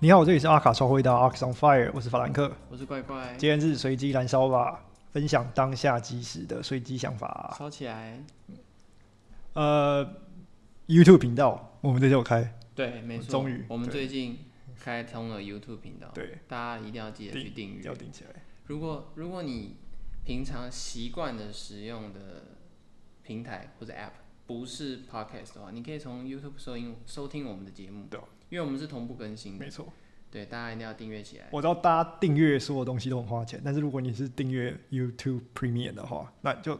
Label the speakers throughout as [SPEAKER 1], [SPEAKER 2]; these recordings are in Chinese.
[SPEAKER 1] 你好，这里是阿卡超会搭 Arcs on Fire，我是法兰克。
[SPEAKER 2] 我是怪怪，
[SPEAKER 1] 今天是随机燃烧吧，分享当下即时的随机想法。
[SPEAKER 2] 烧起来。
[SPEAKER 1] 呃，YouTube 频道我们这就有开，
[SPEAKER 2] 对，没错，
[SPEAKER 1] 终于
[SPEAKER 2] 我们
[SPEAKER 1] 对
[SPEAKER 2] 最近开通了 YouTube 频道，
[SPEAKER 1] 对，
[SPEAKER 2] 大家一定要记得去订阅
[SPEAKER 1] 要。顶起来。
[SPEAKER 2] 如果如果你平常习惯的使用的平台或者 App 不是 Podcast 的话，你可以从 YouTube 收音收听我们的节目，
[SPEAKER 1] 对啊
[SPEAKER 2] 因为我们是同步更新的
[SPEAKER 1] 没，错，
[SPEAKER 2] 对，大家一定要订阅起来。
[SPEAKER 1] 我知道大家订阅所有东西都很花钱，但是如果你是订阅 YouTube Premium 的话，那就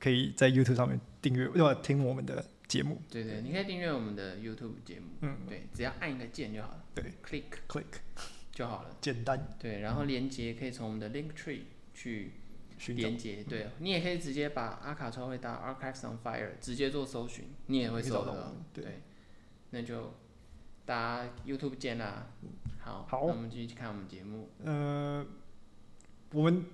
[SPEAKER 1] 可以在 YouTube 上面订阅，要听我们的节目。
[SPEAKER 2] 对对，你可以订阅我们的 YouTube 节目，
[SPEAKER 1] 嗯，
[SPEAKER 2] 对，只要按一个键就好了，
[SPEAKER 1] 对嗯
[SPEAKER 2] ，click
[SPEAKER 1] ，click
[SPEAKER 2] 就好了，
[SPEAKER 1] 简单
[SPEAKER 2] 对，然后连接可以从我们的 Link Tree 去
[SPEAKER 1] 寻找
[SPEAKER 2] 连接，
[SPEAKER 1] 嗯
[SPEAKER 2] 对你也可以直接把阿卡超会打 Archives on Fire 直接做搜寻，你也会
[SPEAKER 1] 可以找
[SPEAKER 2] 搜
[SPEAKER 1] 到
[SPEAKER 2] 得
[SPEAKER 1] 我们
[SPEAKER 2] 到。
[SPEAKER 1] 对
[SPEAKER 2] 对，那就大家 YouTube 见啦。好，
[SPEAKER 1] 嗯好
[SPEAKER 2] 那我们继续看我们节目。
[SPEAKER 1] 呃，我们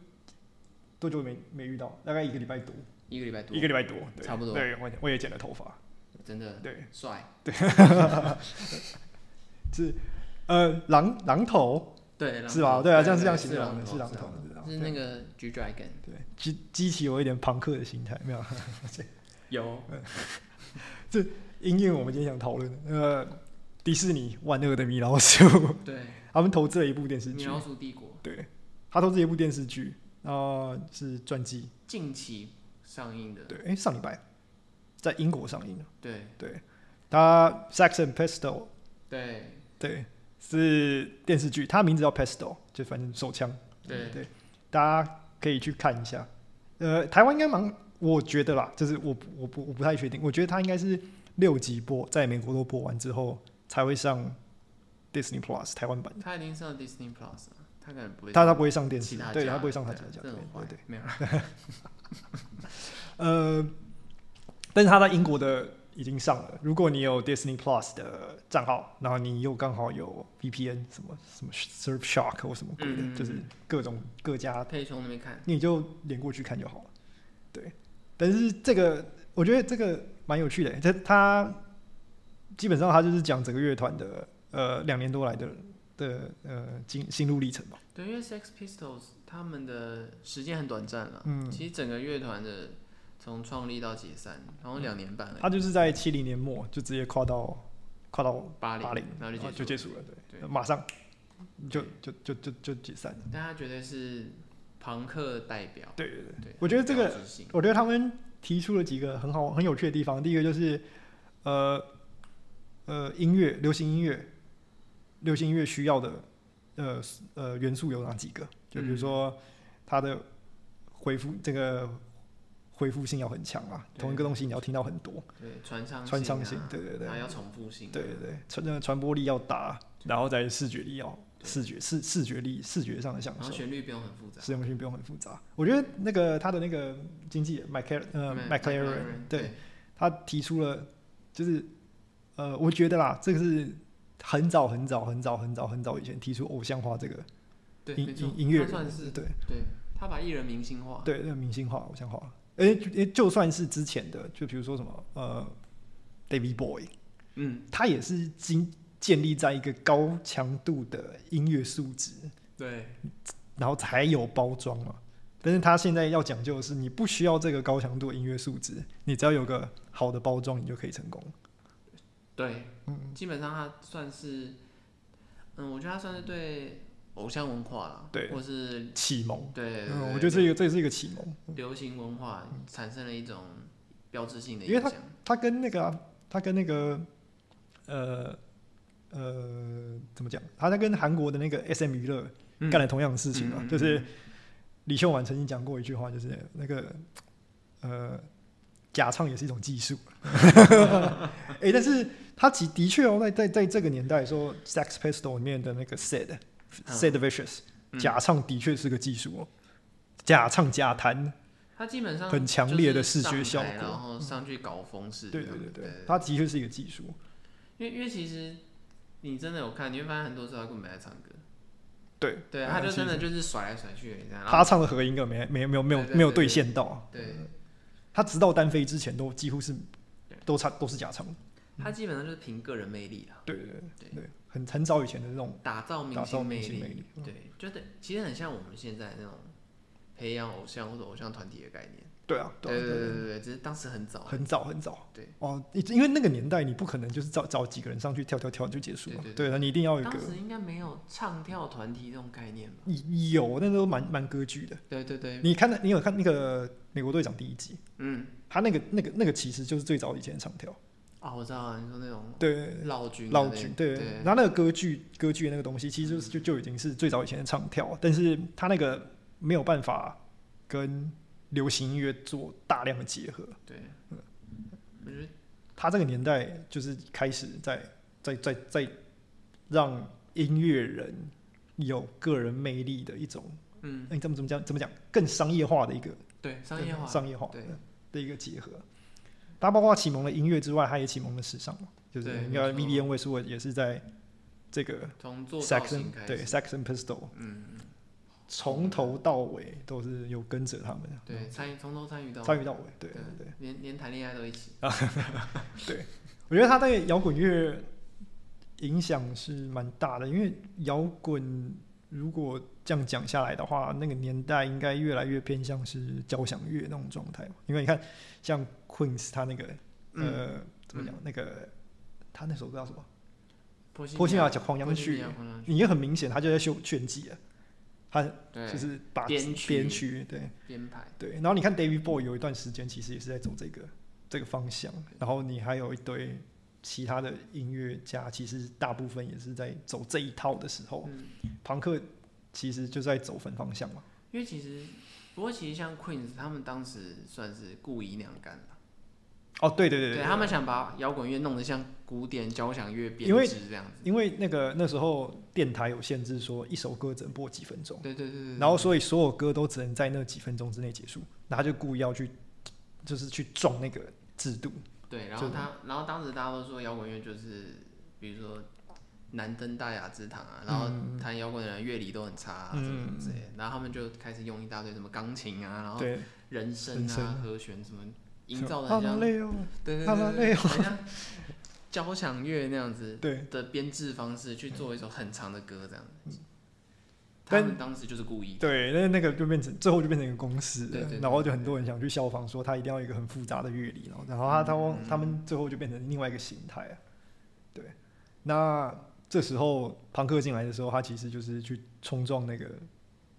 [SPEAKER 1] 多久没没遇到？大概一个礼拜多，
[SPEAKER 2] 一个礼拜多
[SPEAKER 1] 一，个礼拜多，对
[SPEAKER 2] 差不多
[SPEAKER 1] 对，我我也剪了头发，
[SPEAKER 2] 真的
[SPEAKER 1] 对，
[SPEAKER 2] 帅。
[SPEAKER 1] 是呃狼狼头
[SPEAKER 2] 对，
[SPEAKER 1] 是
[SPEAKER 2] 狼
[SPEAKER 1] 吧？
[SPEAKER 2] 头
[SPEAKER 1] 对啊，这样是这样
[SPEAKER 2] 是
[SPEAKER 1] 形容的，啊
[SPEAKER 2] 是
[SPEAKER 1] 狼
[SPEAKER 2] 头
[SPEAKER 1] 头，，是狼
[SPEAKER 2] 是
[SPEAKER 1] 头
[SPEAKER 2] 那个 G Dragon
[SPEAKER 1] 对，激激起我一点朋克的呃心态，没有？
[SPEAKER 2] 有
[SPEAKER 1] 因为我们今天想讨论的呃迪士尼万恶的米老鼠，
[SPEAKER 2] 对
[SPEAKER 1] 他们投资了一部电视
[SPEAKER 2] 米
[SPEAKER 1] 剧，
[SPEAKER 2] 老鼠帝国
[SPEAKER 1] 对，他投资了一部电视剧，呃，是传记，
[SPEAKER 2] 近期上映的，
[SPEAKER 1] 对，哎、上礼拜在英国上映的，
[SPEAKER 2] 对
[SPEAKER 1] 对，他 Sax and Pistol
[SPEAKER 2] 对
[SPEAKER 1] 对，是电视剧，它名字叫 Pestle，就反正手枪。
[SPEAKER 2] 对
[SPEAKER 1] 对，大家可以去看一下。呃，台湾应该蛮，我觉得啦，就是我不我不我不太确定，我觉得它应该是六集播，在美国都播完之后才会上 Disney Plus 台湾版，
[SPEAKER 2] 他已经上 Disney Plus 了，他可能不会
[SPEAKER 1] 它它
[SPEAKER 2] 上
[SPEAKER 1] 不会上嗯电
[SPEAKER 2] 其
[SPEAKER 1] 视
[SPEAKER 2] 他，
[SPEAKER 1] 对，
[SPEAKER 2] 家
[SPEAKER 1] 它不会上它
[SPEAKER 2] 对
[SPEAKER 1] 其他家，
[SPEAKER 2] 这
[SPEAKER 1] 对
[SPEAKER 2] 种
[SPEAKER 1] 对对。
[SPEAKER 2] 没有
[SPEAKER 1] 呃，但是它在英国的已经上了。如果你有 Disney Plus 的账号，然后你又刚好有 VPN 什么什么 Surfshark 或什么鬼的，
[SPEAKER 2] 嗯嗯嗯
[SPEAKER 1] 就是各种各家，
[SPEAKER 2] 可以从那边看。
[SPEAKER 1] 你就连过去看就好了。对，但是这个我觉得这个蛮有趣的，欸这它基本上它就是讲整个乐团的呃两年多来的的呃心心路历程吧。
[SPEAKER 2] 对，因为 Sex Pistols 他们的时间很短暂了，
[SPEAKER 1] 嗯
[SPEAKER 2] 其实整个乐团的从创立到解散，然后两年半而已，
[SPEAKER 1] 它就是在七零年末就直接跨到跨到
[SPEAKER 2] 八
[SPEAKER 1] 八零
[SPEAKER 2] 零，，然后
[SPEAKER 1] 然后
[SPEAKER 2] 就
[SPEAKER 1] 就结
[SPEAKER 2] 结束。
[SPEAKER 1] 束了，对，
[SPEAKER 2] 对
[SPEAKER 1] 马上就就就就就解散了。
[SPEAKER 2] 但他绝对是朋克代表，
[SPEAKER 1] 对对对，
[SPEAKER 2] 对，
[SPEAKER 1] 我觉得这个
[SPEAKER 2] 很有标志性
[SPEAKER 1] 我觉得他们提出了几个很好很有趣的地方。第一个就是，呃呃，音乐，流行音乐，流行音乐需要的呃呃元素有哪几个？就比
[SPEAKER 2] 嗯
[SPEAKER 1] 如说它的回复这个。回复性要很强啊，
[SPEAKER 2] 对
[SPEAKER 1] 同一个东西你要听到很多，
[SPEAKER 2] 对传唱
[SPEAKER 1] 传唱
[SPEAKER 2] 性
[SPEAKER 1] 性
[SPEAKER 2] 啊，，
[SPEAKER 1] 对对对
[SPEAKER 2] 然，后要重复性，
[SPEAKER 1] 对对对，传呃传播力要大，然后再视觉力要视觉视视觉力视觉上的享
[SPEAKER 2] 然后
[SPEAKER 1] 受，
[SPEAKER 2] 旋律不用很复杂，
[SPEAKER 1] 实用性不用很复杂。我觉得那个他的那个经纪人 Mc 呃 McLaren，对
[SPEAKER 2] 对
[SPEAKER 1] 他提出了就是呃，我觉得啦，这个是很早很早很早很早很早以前提出偶像化这个
[SPEAKER 2] 对，
[SPEAKER 1] 音
[SPEAKER 2] 没错
[SPEAKER 1] 音音乐
[SPEAKER 2] 他算是
[SPEAKER 1] 人，对
[SPEAKER 2] 对，他把艺人明星化，
[SPEAKER 1] 对，那个明星化偶像化。诶，就诶就算是之前的，就比如说什么呃，David Boy，
[SPEAKER 2] 嗯，
[SPEAKER 1] 它也是经建立在一个高强度的音乐素质，
[SPEAKER 2] 对，
[SPEAKER 1] 然后才有包装嘛。但是它现在要讲究的是，你不需要这个高强度的音乐素质，你只要有个好的包装，你就可以成功。
[SPEAKER 2] 对，
[SPEAKER 1] 嗯
[SPEAKER 2] 基本上他算是，嗯，我觉得他算是对偶像文化啦，
[SPEAKER 1] 对
[SPEAKER 2] 或是
[SPEAKER 1] 启蒙，
[SPEAKER 2] 对，
[SPEAKER 1] 嗯，我
[SPEAKER 2] 对
[SPEAKER 1] 觉得这个这是一个启蒙。
[SPEAKER 2] 流行文化产生了一种标志性的
[SPEAKER 1] 因为
[SPEAKER 2] 影
[SPEAKER 1] 他
[SPEAKER 2] 响，
[SPEAKER 1] 它跟那个、啊，它跟那个，呃呃，怎么讲？它在跟韩国的那个 SM 娱乐
[SPEAKER 2] 嗯
[SPEAKER 1] 干了同样的事情啊，
[SPEAKER 2] 嗯嗯嗯
[SPEAKER 1] 就是李秀满曾经讲过一句话，就是那个呃，假唱也是一种技术。 哎、但是他其的确哦，在在在这个年代说，Sex Pistol 里面的那个 Sad、Sad Vicious
[SPEAKER 2] 嗯
[SPEAKER 1] 假唱的确是个技术哦，假唱假弹，
[SPEAKER 2] 他基本上
[SPEAKER 1] 很强烈的视觉效
[SPEAKER 2] 就是上台
[SPEAKER 1] 果
[SPEAKER 2] 然后上去搞风势，
[SPEAKER 1] 对
[SPEAKER 2] 这
[SPEAKER 1] 对
[SPEAKER 2] 样
[SPEAKER 1] 对对
[SPEAKER 2] 对，，
[SPEAKER 1] 它的确是一个技术。
[SPEAKER 2] 因为因为其实你真的有看，你会发现很多时候他根本没在唱歌，
[SPEAKER 1] 对啊
[SPEAKER 2] 对，啊他就真的就是甩来甩去而已这样，然
[SPEAKER 1] 他
[SPEAKER 2] 后
[SPEAKER 1] 唱的和音根本没没没有没有
[SPEAKER 2] 对对
[SPEAKER 1] 没有
[SPEAKER 2] 对
[SPEAKER 1] 兑
[SPEAKER 2] 对
[SPEAKER 1] 现到，
[SPEAKER 2] 对。
[SPEAKER 1] 他直到单飞之前都几乎是
[SPEAKER 2] 对
[SPEAKER 1] 都唱都是假唱，
[SPEAKER 2] 他基本上就是凭个人魅力啦，
[SPEAKER 1] 对对对
[SPEAKER 2] 对
[SPEAKER 1] 对。很很早以前的那种
[SPEAKER 2] 打造明
[SPEAKER 1] 打造
[SPEAKER 2] 星
[SPEAKER 1] 明
[SPEAKER 2] 魅
[SPEAKER 1] 星
[SPEAKER 2] 力，
[SPEAKER 1] 魅力。嗯
[SPEAKER 2] 对，就对，其实很像我们现在那种培养偶像或者偶像团体的概念。
[SPEAKER 1] 对啊，对啊
[SPEAKER 2] 对
[SPEAKER 1] 对啊
[SPEAKER 2] 对对对，只是当时很早，
[SPEAKER 1] 很早很早。
[SPEAKER 2] 对
[SPEAKER 1] 哦，你因为那个年代你不可能就是找找几个人上去跳跳跳就结束了，
[SPEAKER 2] 对对对
[SPEAKER 1] 那你一定要有一
[SPEAKER 2] 当
[SPEAKER 1] 个
[SPEAKER 2] 时应该没有唱跳团体这种概念吧？
[SPEAKER 1] 有，那都蛮蛮割据的。
[SPEAKER 2] 对对对，
[SPEAKER 1] 你看那，你有看那个美国队长第一集，
[SPEAKER 2] 嗯，
[SPEAKER 1] 他那个那个那个其实就是最早以前的唱跳，
[SPEAKER 2] 哦，我知道了，你说那种
[SPEAKER 1] 对对对
[SPEAKER 2] 老军的
[SPEAKER 1] 老
[SPEAKER 2] 那
[SPEAKER 1] 剧，对，
[SPEAKER 2] 对嗯
[SPEAKER 1] 对然后那个歌剧歌剧的那个东西，其实就是就就已经是最早以前的唱跳，但是他那个没有办法跟流行音乐做大量的结合，
[SPEAKER 2] 对，我
[SPEAKER 1] 嗯
[SPEAKER 2] 觉得
[SPEAKER 1] 他这个年代就是开始在在在在让音乐人有个人魅力的一种，
[SPEAKER 2] 嗯，
[SPEAKER 1] 你怎么怎么讲怎么讲更商业化的一个
[SPEAKER 2] 对商业化，
[SPEAKER 1] 商业化
[SPEAKER 2] 对
[SPEAKER 1] 的的一个结合。它包括启蒙了音乐之外，它也启蒙了时尚嘛，就是
[SPEAKER 2] 对
[SPEAKER 1] 应该
[SPEAKER 2] 没错
[SPEAKER 1] V B N 位数也是在这个
[SPEAKER 2] 从做造
[SPEAKER 1] Saxon
[SPEAKER 2] 型开始，
[SPEAKER 1] 对 Saxon Pistol
[SPEAKER 2] 嗯，
[SPEAKER 1] 从头到尾都是有跟着他们的，嗯
[SPEAKER 2] 对，参与从头参与到
[SPEAKER 1] 参
[SPEAKER 2] 尾
[SPEAKER 1] 与到尾，对对对。
[SPEAKER 2] 对连连谈恋爱都一起，
[SPEAKER 1] 我觉得他对摇滚乐影响是蛮大的，因为摇滚如果这样讲下来的话，那个年代应该越来越偏向是交响乐那种状态嘛。因为你看，像 Queen's 他那个
[SPEAKER 2] 嗯
[SPEAKER 1] 呃、怎么讲、那个他那首歌叫什么？
[SPEAKER 2] 波
[SPEAKER 1] 波西米亚
[SPEAKER 2] 讲
[SPEAKER 1] 狂想曲，
[SPEAKER 2] 狂想曲，
[SPEAKER 1] 你也很明显，他就在秀炫技啊，他
[SPEAKER 2] 对，
[SPEAKER 1] 就是把
[SPEAKER 2] 编曲
[SPEAKER 1] 编曲对。
[SPEAKER 2] 编排，
[SPEAKER 1] 对，然后你看 David Bowie 有一段时间其实也是在走这个这个方向，然后你还有一堆其他的音乐家，其实大部分也是在走这一套的时候，
[SPEAKER 2] 嗯，
[SPEAKER 1] 朋克其实就在走反方向嘛。
[SPEAKER 2] 因为其实不过其实像 Queen 他们当时算是故意那样干的，
[SPEAKER 1] 哦，对对对
[SPEAKER 2] 对他们想把摇滚乐弄得像古典交响乐编
[SPEAKER 1] 因为
[SPEAKER 2] 制这样子，
[SPEAKER 1] 因为那个那时候电台有限制，说一首歌只能播几分钟，
[SPEAKER 2] 对对对对，
[SPEAKER 1] 然后所以所有歌都只能在那几分钟之内结束，然后他就故意要去就是去撞那个制度，
[SPEAKER 2] 对，然
[SPEAKER 1] 就
[SPEAKER 2] 后他，然后当时大家都说摇滚乐就是，比如说难登大雅之堂啊，然
[SPEAKER 1] 嗯
[SPEAKER 2] 后弹摇滚的人乐理都很差啊，什么什么之类的，然后他们就开始用一大堆什么钢琴啊，然后
[SPEAKER 1] 对，
[SPEAKER 2] 人声
[SPEAKER 1] 人
[SPEAKER 2] 啊
[SPEAKER 1] 声、
[SPEAKER 2] 和弦什么，营造的
[SPEAKER 1] 好
[SPEAKER 2] 很像，对
[SPEAKER 1] 累哦，
[SPEAKER 2] 对
[SPEAKER 1] 好
[SPEAKER 2] 对
[SPEAKER 1] 累哦
[SPEAKER 2] 对，很像交响乐那样子
[SPEAKER 1] 对，
[SPEAKER 2] 的编制方式去做一首很长的歌这样子，他
[SPEAKER 1] 但
[SPEAKER 2] 们当时就是故意，
[SPEAKER 1] 对，那那个就变成最后就变成一个公式了，
[SPEAKER 2] 对对对
[SPEAKER 1] 然后就很多人想去效仿，说他一定要有一个很复杂的乐理，然后然后他他往
[SPEAKER 2] 嗯
[SPEAKER 1] 他们最后就变成另外一个形态啊。对，那这时候庞克进来的时候，他其实就是去冲撞那个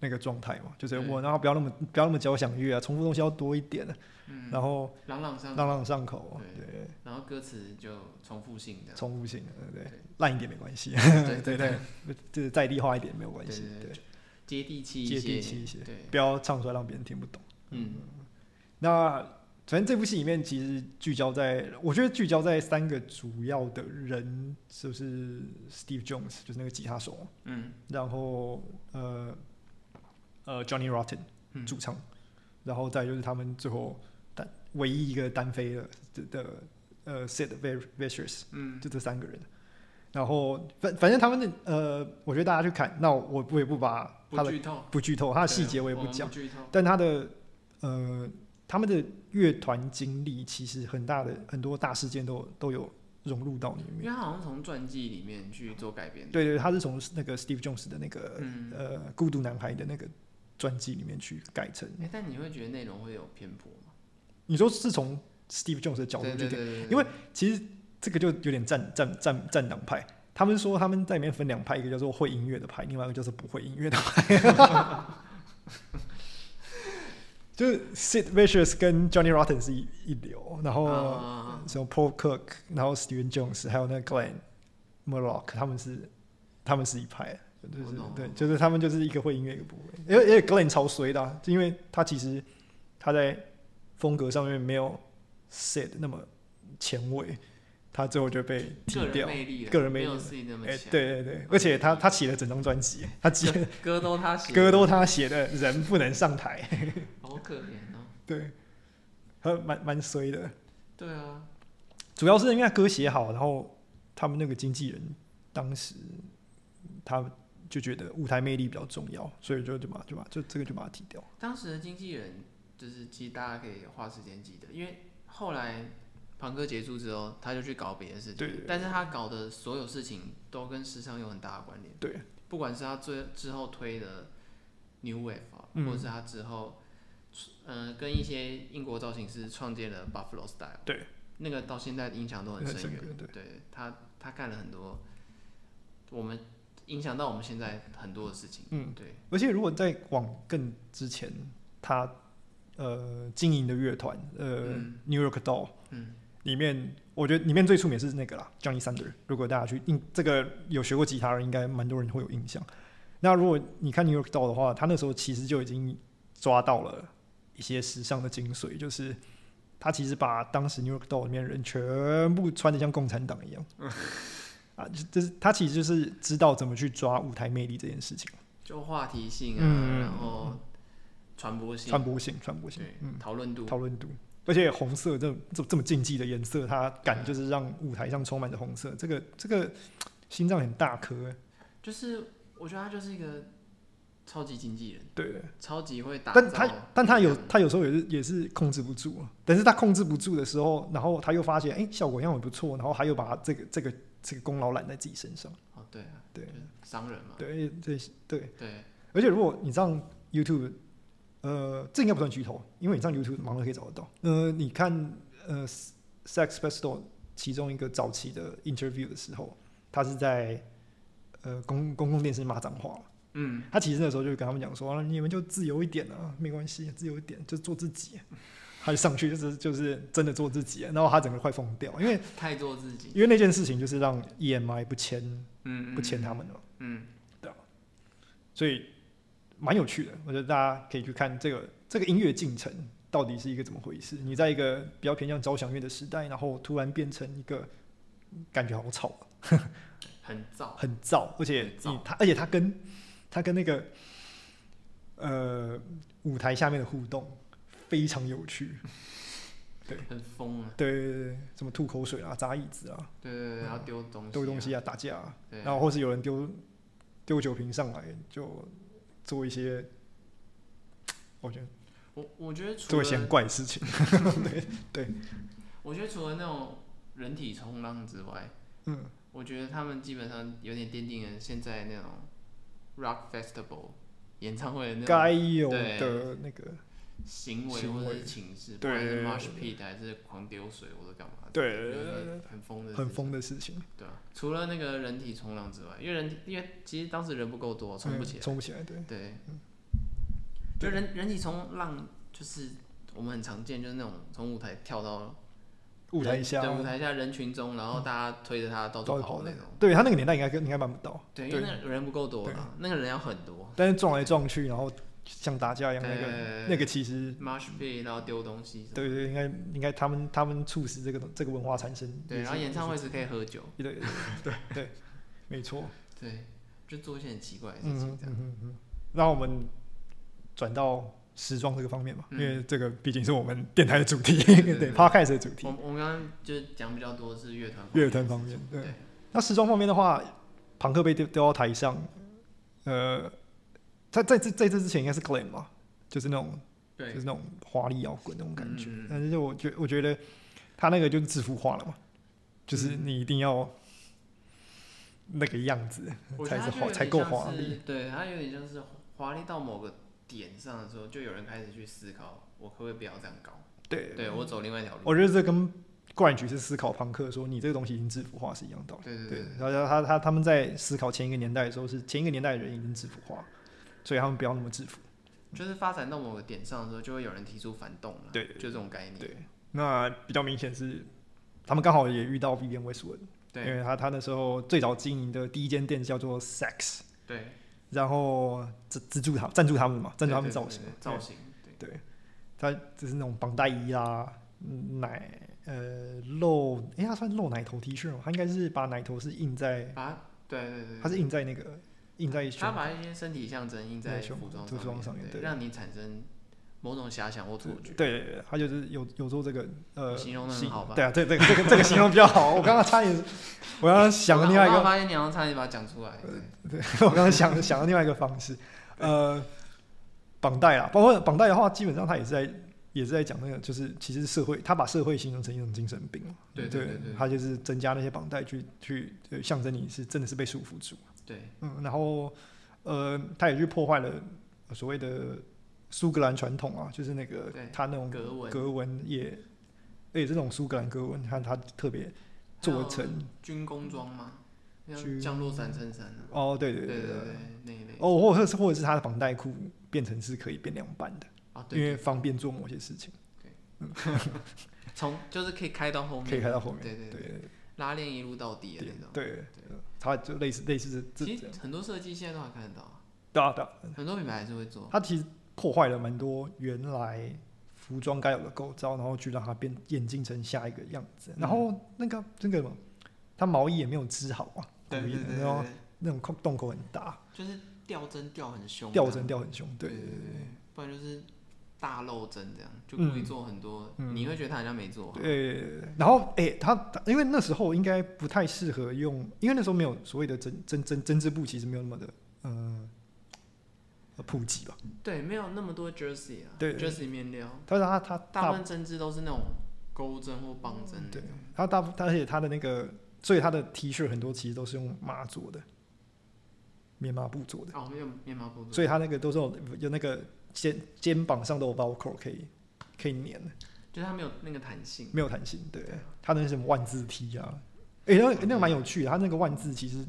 [SPEAKER 1] 那个状态嘛，就是
[SPEAKER 2] 对
[SPEAKER 1] 我然后不要那么不要那么交响乐啊，重复东西要多一点啊，
[SPEAKER 2] 嗯，
[SPEAKER 1] 然后
[SPEAKER 2] 朗朗上口，
[SPEAKER 1] 朗朗上口啊，
[SPEAKER 2] 对
[SPEAKER 1] 对，
[SPEAKER 2] 然后歌词就重复性这样，
[SPEAKER 1] 重复性的，对对
[SPEAKER 2] 对，
[SPEAKER 1] 烂一点没关系，
[SPEAKER 2] 对
[SPEAKER 1] 对
[SPEAKER 2] 对
[SPEAKER 1] 对， 就是再地化一点没有关
[SPEAKER 2] 对
[SPEAKER 1] 系，
[SPEAKER 2] 对
[SPEAKER 1] 对，
[SPEAKER 2] 接地气
[SPEAKER 1] 接
[SPEAKER 2] 一
[SPEAKER 1] 地
[SPEAKER 2] 些，
[SPEAKER 1] 气一些，
[SPEAKER 2] 对，
[SPEAKER 1] 不要唱出来让别人听不懂。
[SPEAKER 2] 嗯。
[SPEAKER 1] 那反正这部戏里面其实聚焦在，我觉得聚焦在三个主要的人，就是 Steve Jones，就是那个吉他手，
[SPEAKER 2] 嗯
[SPEAKER 1] 然后呃呃 Johnny Rotten
[SPEAKER 2] 嗯
[SPEAKER 1] 主唱，然后再就是他们最后单唯一一个单飞的的的呃 Sid Ve- Vicious，
[SPEAKER 2] 嗯，
[SPEAKER 1] 就这三个人。然后反反正他们的呃，我觉得大家去看，那我我也不把他
[SPEAKER 2] 不
[SPEAKER 1] 的
[SPEAKER 2] 剧透，啊
[SPEAKER 1] 不剧透，他的细节我也不讲。
[SPEAKER 2] 剧透。
[SPEAKER 1] 但他的呃，他们的乐团经历其实很大的很多大事件都有都有融入到里
[SPEAKER 2] 因为
[SPEAKER 1] 面。
[SPEAKER 2] 他好像从传记里面去做改编。，
[SPEAKER 1] 对对，他是从那个 Steve Jones 的那个、
[SPEAKER 2] 嗯
[SPEAKER 1] 呃《孤独男孩》的那个传记里面去改成。
[SPEAKER 2] 哎，但你会觉得内容会有偏颇吗？
[SPEAKER 1] 你说是从 Steve Jones 的角度
[SPEAKER 2] 对
[SPEAKER 1] 去
[SPEAKER 2] 对
[SPEAKER 1] 改，
[SPEAKER 2] 对，
[SPEAKER 1] 因为其实这个就有点战战战战党派。他们说他们在里面分两派，一个叫做会音乐的派，另外一个就是不会音乐的派。 就是 Sid Vicious 跟 Johnny Rotten 是一一流，然后、
[SPEAKER 2] 哦，
[SPEAKER 1] 什么 Paul Cook，然后 Steven Jones，还有那个 Glenn Murlock，他们是他们是一派，就是、
[SPEAKER 2] 我懂
[SPEAKER 1] 对
[SPEAKER 2] 我，懂
[SPEAKER 1] 就是他们就是一个会音乐，一个不会。因为因为 Glenn 超衰的、啊，就因为他其实他在风格上面没有 Sid 那么前卫，他最后就被踢
[SPEAKER 2] 个
[SPEAKER 1] 掉
[SPEAKER 2] 人。魅力啦，
[SPEAKER 1] 个人魅力
[SPEAKER 2] 没有自己那么
[SPEAKER 1] 哎、
[SPEAKER 2] 强。，
[SPEAKER 1] 对对对，而且他他写了整张专辑，他写
[SPEAKER 2] 歌都他写，
[SPEAKER 1] 歌都他写的，人不能上台，
[SPEAKER 2] 好可怜哦。
[SPEAKER 1] 对，他蛮蛮衰的。
[SPEAKER 2] 对啊，
[SPEAKER 1] 主要是因为他歌写好，然后他们那个经纪人当时他就觉得舞台魅力比较重要，所以就就把就把就这个就把它踢掉。
[SPEAKER 2] 当时的经纪人就是，其实大家可以花时间记得，因为后来朋克结束之后，他就去搞别的事情，
[SPEAKER 1] 对对对
[SPEAKER 2] 但是他搞的所有事情都跟时尚有很大的关联，
[SPEAKER 1] 对，
[SPEAKER 2] 不管是他最之后推的 New Wave 啊，
[SPEAKER 1] 嗯
[SPEAKER 2] 或者是他之后，嗯、呃，跟一些英国造型师创建了 Buffalo Style，
[SPEAKER 1] 对，
[SPEAKER 2] 那个到现在影响都很
[SPEAKER 1] 很
[SPEAKER 2] 深
[SPEAKER 1] 深
[SPEAKER 2] 远，
[SPEAKER 1] 刻对
[SPEAKER 2] 他他干了很多，我们影响到我们现在很多的事情，
[SPEAKER 1] 嗯，
[SPEAKER 2] 对，
[SPEAKER 1] 而且如果再往更之前，他呃经营的乐团，呃、
[SPEAKER 2] 嗯
[SPEAKER 1] New York Doll
[SPEAKER 2] 嗯
[SPEAKER 1] 里面，我觉得里面最出名是那个啦，Johnny Thunder。如果大家去印这个有学过吉他的人，应该蛮多人会有印象。那如果你看 New York Doll 的话，他那时候其实就已经抓到了一些时尚的精髓，就是他其实把当时 New York Doll 里面的人全部穿的像共产党一样。
[SPEAKER 2] 嗯
[SPEAKER 1] 啊，就就是他其实就是知道怎么去抓舞台魅力这件事情，
[SPEAKER 2] 就话题性啊，
[SPEAKER 1] 嗯
[SPEAKER 2] 然后传播性，
[SPEAKER 1] 传播性，传播性，
[SPEAKER 2] 对
[SPEAKER 1] 嗯，，
[SPEAKER 2] 讨论度，
[SPEAKER 1] 讨论度。而且红色这这这么禁忌的颜色，它敢就是让舞台上充满着红色，这个这个心脏很大颗欸，
[SPEAKER 2] 就是我觉得他就是一个超级经纪人，
[SPEAKER 1] 对。
[SPEAKER 2] 超级会打造
[SPEAKER 1] 但
[SPEAKER 2] 力量。
[SPEAKER 1] 他但他有他有时候也是也是控制不住啊，但是他控制不住的时候，然后他又发现哎、诶效果样也不错，然后他又把这个这个这个功劳揽在自己身上，
[SPEAKER 2] 哦，对啊，
[SPEAKER 1] 对
[SPEAKER 2] 就是商人嘛，
[SPEAKER 1] 对这对。
[SPEAKER 2] 对，
[SPEAKER 1] 而且如果你上 YouTube，呃，这应该不算剧透，因为你上 YouTube 马上可以找得到。呃，你看呃 Sex Pistol 其中一个早期的 interview 的时候，他是在呃公公共电视骂脏话嘛
[SPEAKER 2] 嗯，
[SPEAKER 1] 他其实那时候就跟他们讲说、啊你们就自由一点啊，没关系，自由一点，就做自己。啊他就上去就是就是真的做自己，啊然后他整个快疯掉，因为
[SPEAKER 2] 太做自己，
[SPEAKER 1] 因为那件事情就是让 EMI 不签
[SPEAKER 2] 嗯，嗯
[SPEAKER 1] 不签他们了。
[SPEAKER 2] 嗯，
[SPEAKER 1] 所以蛮有趣的。我觉得大家可以去看这个这个音乐进程到底是一个怎么回事。你在一个比较偏向交响乐的时代，然后突然变成一个感觉好吵啊，
[SPEAKER 2] 很燥，
[SPEAKER 1] 很燥，而且
[SPEAKER 2] 很
[SPEAKER 1] 你
[SPEAKER 2] 燥
[SPEAKER 1] 它而且它跟它跟那个呃舞台下面的互动非常有趣。
[SPEAKER 2] 很疯啊，
[SPEAKER 1] 对对对对，什么吐口水啊、砸椅子啊、
[SPEAKER 2] 对对对，然后丢东西，
[SPEAKER 1] 丢东，西啊、打架啊，
[SPEAKER 2] 对，
[SPEAKER 1] 然后或是有人丢丢酒瓶上来，就做一些我觉得。
[SPEAKER 2] 我我觉得除
[SPEAKER 1] 做一些很
[SPEAKER 2] 了，
[SPEAKER 1] 怪的事情。
[SPEAKER 2] 我觉得除了那种人体冲浪之外，
[SPEAKER 1] 嗯，
[SPEAKER 2] 我觉得他们基本上有点奠定了现在那种 rock festival 演唱会的那种
[SPEAKER 1] 该有
[SPEAKER 2] 对
[SPEAKER 1] 的那个，
[SPEAKER 2] 行为
[SPEAKER 1] 行
[SPEAKER 2] 或者
[SPEAKER 1] 为
[SPEAKER 2] 是情势，不
[SPEAKER 1] 对
[SPEAKER 2] 管是
[SPEAKER 1] 对
[SPEAKER 2] mosh
[SPEAKER 1] 对
[SPEAKER 2] pit 还是狂丢水，我都干嘛？
[SPEAKER 1] 对
[SPEAKER 2] 就
[SPEAKER 1] 对对对
[SPEAKER 2] 是
[SPEAKER 1] 对
[SPEAKER 2] 很疯的，
[SPEAKER 1] 很，疯的事情，
[SPEAKER 2] 对啊。除了那个人体冲浪之外，因为人体因为其实当时人不够多，冲不起
[SPEAKER 1] 嗯
[SPEAKER 2] 来，
[SPEAKER 1] 冲不起来，对，
[SPEAKER 2] 对，就
[SPEAKER 1] 对
[SPEAKER 2] 人人体冲浪就是我们很常见，就是那种从舞台跳到
[SPEAKER 1] 舞台
[SPEAKER 2] 人
[SPEAKER 1] 下
[SPEAKER 2] 对，舞台下人群中，然后大家推着他到
[SPEAKER 1] 到
[SPEAKER 2] 处
[SPEAKER 1] 处
[SPEAKER 2] 跑
[SPEAKER 1] 跑
[SPEAKER 2] 那
[SPEAKER 1] 的
[SPEAKER 2] 种，，哦
[SPEAKER 1] 对他那个年代应该跟应该办不到，
[SPEAKER 2] 对，因为那个人不够多
[SPEAKER 1] 对
[SPEAKER 2] 啊，那个人要很多，
[SPEAKER 1] 但是撞来撞去，然后像打架一样，那
[SPEAKER 2] 对
[SPEAKER 1] 个
[SPEAKER 2] 对对
[SPEAKER 1] 那个其实，
[SPEAKER 2] mosh pit，然后丢东西什么，
[SPEAKER 1] 对对，对应该应该他们他们促使这个这个文化产生，
[SPEAKER 2] 对，
[SPEAKER 1] 也是
[SPEAKER 2] 然后演唱会，只可以喝酒，
[SPEAKER 1] 也是对对对对，没错，
[SPEAKER 2] 对，就做一些很奇怪的事
[SPEAKER 1] 嗯
[SPEAKER 2] 情
[SPEAKER 1] 嗯
[SPEAKER 2] 这样。
[SPEAKER 1] 嗯嗯，那我们转到。时装这个方面嘛，因
[SPEAKER 2] 嗯
[SPEAKER 1] 为这个毕竟是我们电台的主题，
[SPEAKER 2] 对对
[SPEAKER 1] 对
[SPEAKER 2] 对
[SPEAKER 1] podcast 的主题
[SPEAKER 2] 我，我们刚刚就是讲比较多是乐团，
[SPEAKER 1] 嗯乐团方面，对
[SPEAKER 2] 对。
[SPEAKER 1] 那时装方面的话，庞克被丢丢到台上，呃，在在这在这之前应该是 Glam 嘛，就是那种就是
[SPEAKER 2] 对
[SPEAKER 1] 那种华丽摇滚那种感觉。
[SPEAKER 2] 嗯嗯嗯
[SPEAKER 1] 但是就我觉我觉得他那个就是制服化了嘛，就是
[SPEAKER 2] 嗯
[SPEAKER 1] 你一定要那个样子
[SPEAKER 2] 我觉
[SPEAKER 1] 嗯才
[SPEAKER 2] 得
[SPEAKER 1] 是
[SPEAKER 2] 它就有
[SPEAKER 1] 华
[SPEAKER 2] 点
[SPEAKER 1] 才够
[SPEAKER 2] 像
[SPEAKER 1] 华
[SPEAKER 2] 是
[SPEAKER 1] 丽。
[SPEAKER 2] 对，它有点像是华丽到某个点上的时候，就有人开始去思考，我可不可以不要这样搞？
[SPEAKER 1] 对，
[SPEAKER 2] 对我走另外一条路。
[SPEAKER 1] 我觉得这跟冠局是思考庞克说你这个东西已经制服化是一样道理。
[SPEAKER 2] 对对
[SPEAKER 1] 哦对
[SPEAKER 2] 对，，
[SPEAKER 1] 然后他他他们在思考前一个年代的时候，是前一个年代的人已经制服化，所以他们不要那么制服。
[SPEAKER 2] 就是发展到某个点上的时候，就会有人提出反动了。
[SPEAKER 1] 对
[SPEAKER 2] 就这种概念。
[SPEAKER 1] 对，那比较明显是，他们刚好也遇到 Vivian Westwood，因
[SPEAKER 2] 对
[SPEAKER 1] 为他他那时候最早经营的第一间店叫做 Sex，
[SPEAKER 2] 对，
[SPEAKER 1] 然后资资助他赞助他们嘛，赞助他们
[SPEAKER 2] 对对
[SPEAKER 1] 造型
[SPEAKER 2] 对，造型。对，
[SPEAKER 1] 他就是那种绑带衣啦，嗯奶呃露，诶，他算露奶头 T 恤吗？他应该是把奶头是印在，
[SPEAKER 2] 把它对对对，
[SPEAKER 1] 他是印在那个印在胸
[SPEAKER 2] 他，把一些身体象征印在
[SPEAKER 1] 对胸
[SPEAKER 2] 服装
[SPEAKER 1] 服装上面对
[SPEAKER 2] 对，让你产生某种遐想或错觉。
[SPEAKER 1] 对对对，他就是有有做这个呃
[SPEAKER 2] 形容得很
[SPEAKER 1] 形
[SPEAKER 2] 好吧
[SPEAKER 1] 对啊，这这个这个这个形容比较好，我刚刚差点，我刚刚想了另外一
[SPEAKER 2] 啊我
[SPEAKER 1] 个呃
[SPEAKER 2] 刚刚发现你好像差点把它讲出来。对
[SPEAKER 1] 我刚刚想想到另外一个方式，呃，绑带啊，包括绑带的话，基本上它也是在也是在讲那个，就是其实社会他把社会形容成一种精神病嘛，
[SPEAKER 2] 对
[SPEAKER 1] 对
[SPEAKER 2] 对对对
[SPEAKER 1] 他就是增加那些绑带去去呃象征你是真的是被束缚住，
[SPEAKER 2] 对，
[SPEAKER 1] 嗯，然后呃他也去破坏了所谓的苏格兰传统啊，就是那个
[SPEAKER 2] 对
[SPEAKER 1] 他那种
[SPEAKER 2] 格纹
[SPEAKER 1] 格纹也，而且这种苏格兰格纹，你看他特别做成
[SPEAKER 2] 军工装吗？像
[SPEAKER 1] 军
[SPEAKER 2] 降落伞衬衫啊，
[SPEAKER 1] 哦，对对
[SPEAKER 2] 对
[SPEAKER 1] 对
[SPEAKER 2] 对对，那一类。
[SPEAKER 1] 哦，或者是或者是他的绑带裤变成是可以变两半的，
[SPEAKER 2] 啊，
[SPEAKER 1] 因
[SPEAKER 2] 对，
[SPEAKER 1] 为方便做某些事情，
[SPEAKER 2] 从就是可以开到后面，
[SPEAKER 1] 可以开到后面，
[SPEAKER 2] 对对
[SPEAKER 1] 对
[SPEAKER 2] 对，
[SPEAKER 1] 对
[SPEAKER 2] 拉链一路到底的
[SPEAKER 1] 对
[SPEAKER 2] 那种。
[SPEAKER 1] 对，他就类似类似这这
[SPEAKER 2] 其实很多设计现在都还看得到啊，
[SPEAKER 1] 对啊对啊，
[SPEAKER 2] 很多品牌还是会做。
[SPEAKER 1] 它其实破坏了蛮多原来服装该有的构造，然后去让它变演进成下一个样子。然后
[SPEAKER 2] 嗯
[SPEAKER 1] 那个那个什么，它毛衣也没有织好啊，故
[SPEAKER 2] 对
[SPEAKER 1] 意
[SPEAKER 2] 对对
[SPEAKER 1] 的，
[SPEAKER 2] 对
[SPEAKER 1] 然后
[SPEAKER 2] 对，
[SPEAKER 1] 那种空洞口很大，
[SPEAKER 2] 就是掉针掉很凶，
[SPEAKER 1] 掉针，掉很凶，对
[SPEAKER 2] 对
[SPEAKER 1] 对
[SPEAKER 2] 对
[SPEAKER 1] 对
[SPEAKER 2] 对，不然就是大漏针这样，就
[SPEAKER 1] 嗯
[SPEAKER 2] 故意做很多，
[SPEAKER 1] 嗯
[SPEAKER 2] 你会觉得他好像没做好。
[SPEAKER 1] 对，然后哎、诶他他因为那时候应该不太适合用，因为那时候没有所谓的针针针针织布，其实没有那么的嗯、呃普及吧。
[SPEAKER 2] 对，没有那么多 jersey 啊，
[SPEAKER 1] 对
[SPEAKER 2] jersey 面料，
[SPEAKER 1] 但是他他
[SPEAKER 2] 大
[SPEAKER 1] 大
[SPEAKER 2] 部分针织都是那种钩针或棒针那
[SPEAKER 1] 对
[SPEAKER 2] 种。，
[SPEAKER 1] 他大部而且他的那个，所以他的 T 恤很多其实都是用麻做的，棉麻布做的，
[SPEAKER 2] 哦，没有面包布做，
[SPEAKER 1] 所以他那个都是有有那个肩肩膀上都有包扣可以可以粘的，
[SPEAKER 2] 就是它没有那个弹性。
[SPEAKER 1] 没有弹性。对
[SPEAKER 2] 对啊，
[SPEAKER 1] 他那什么万字 T 啊，诶，那个那个蛮有趣的，他那个万字其实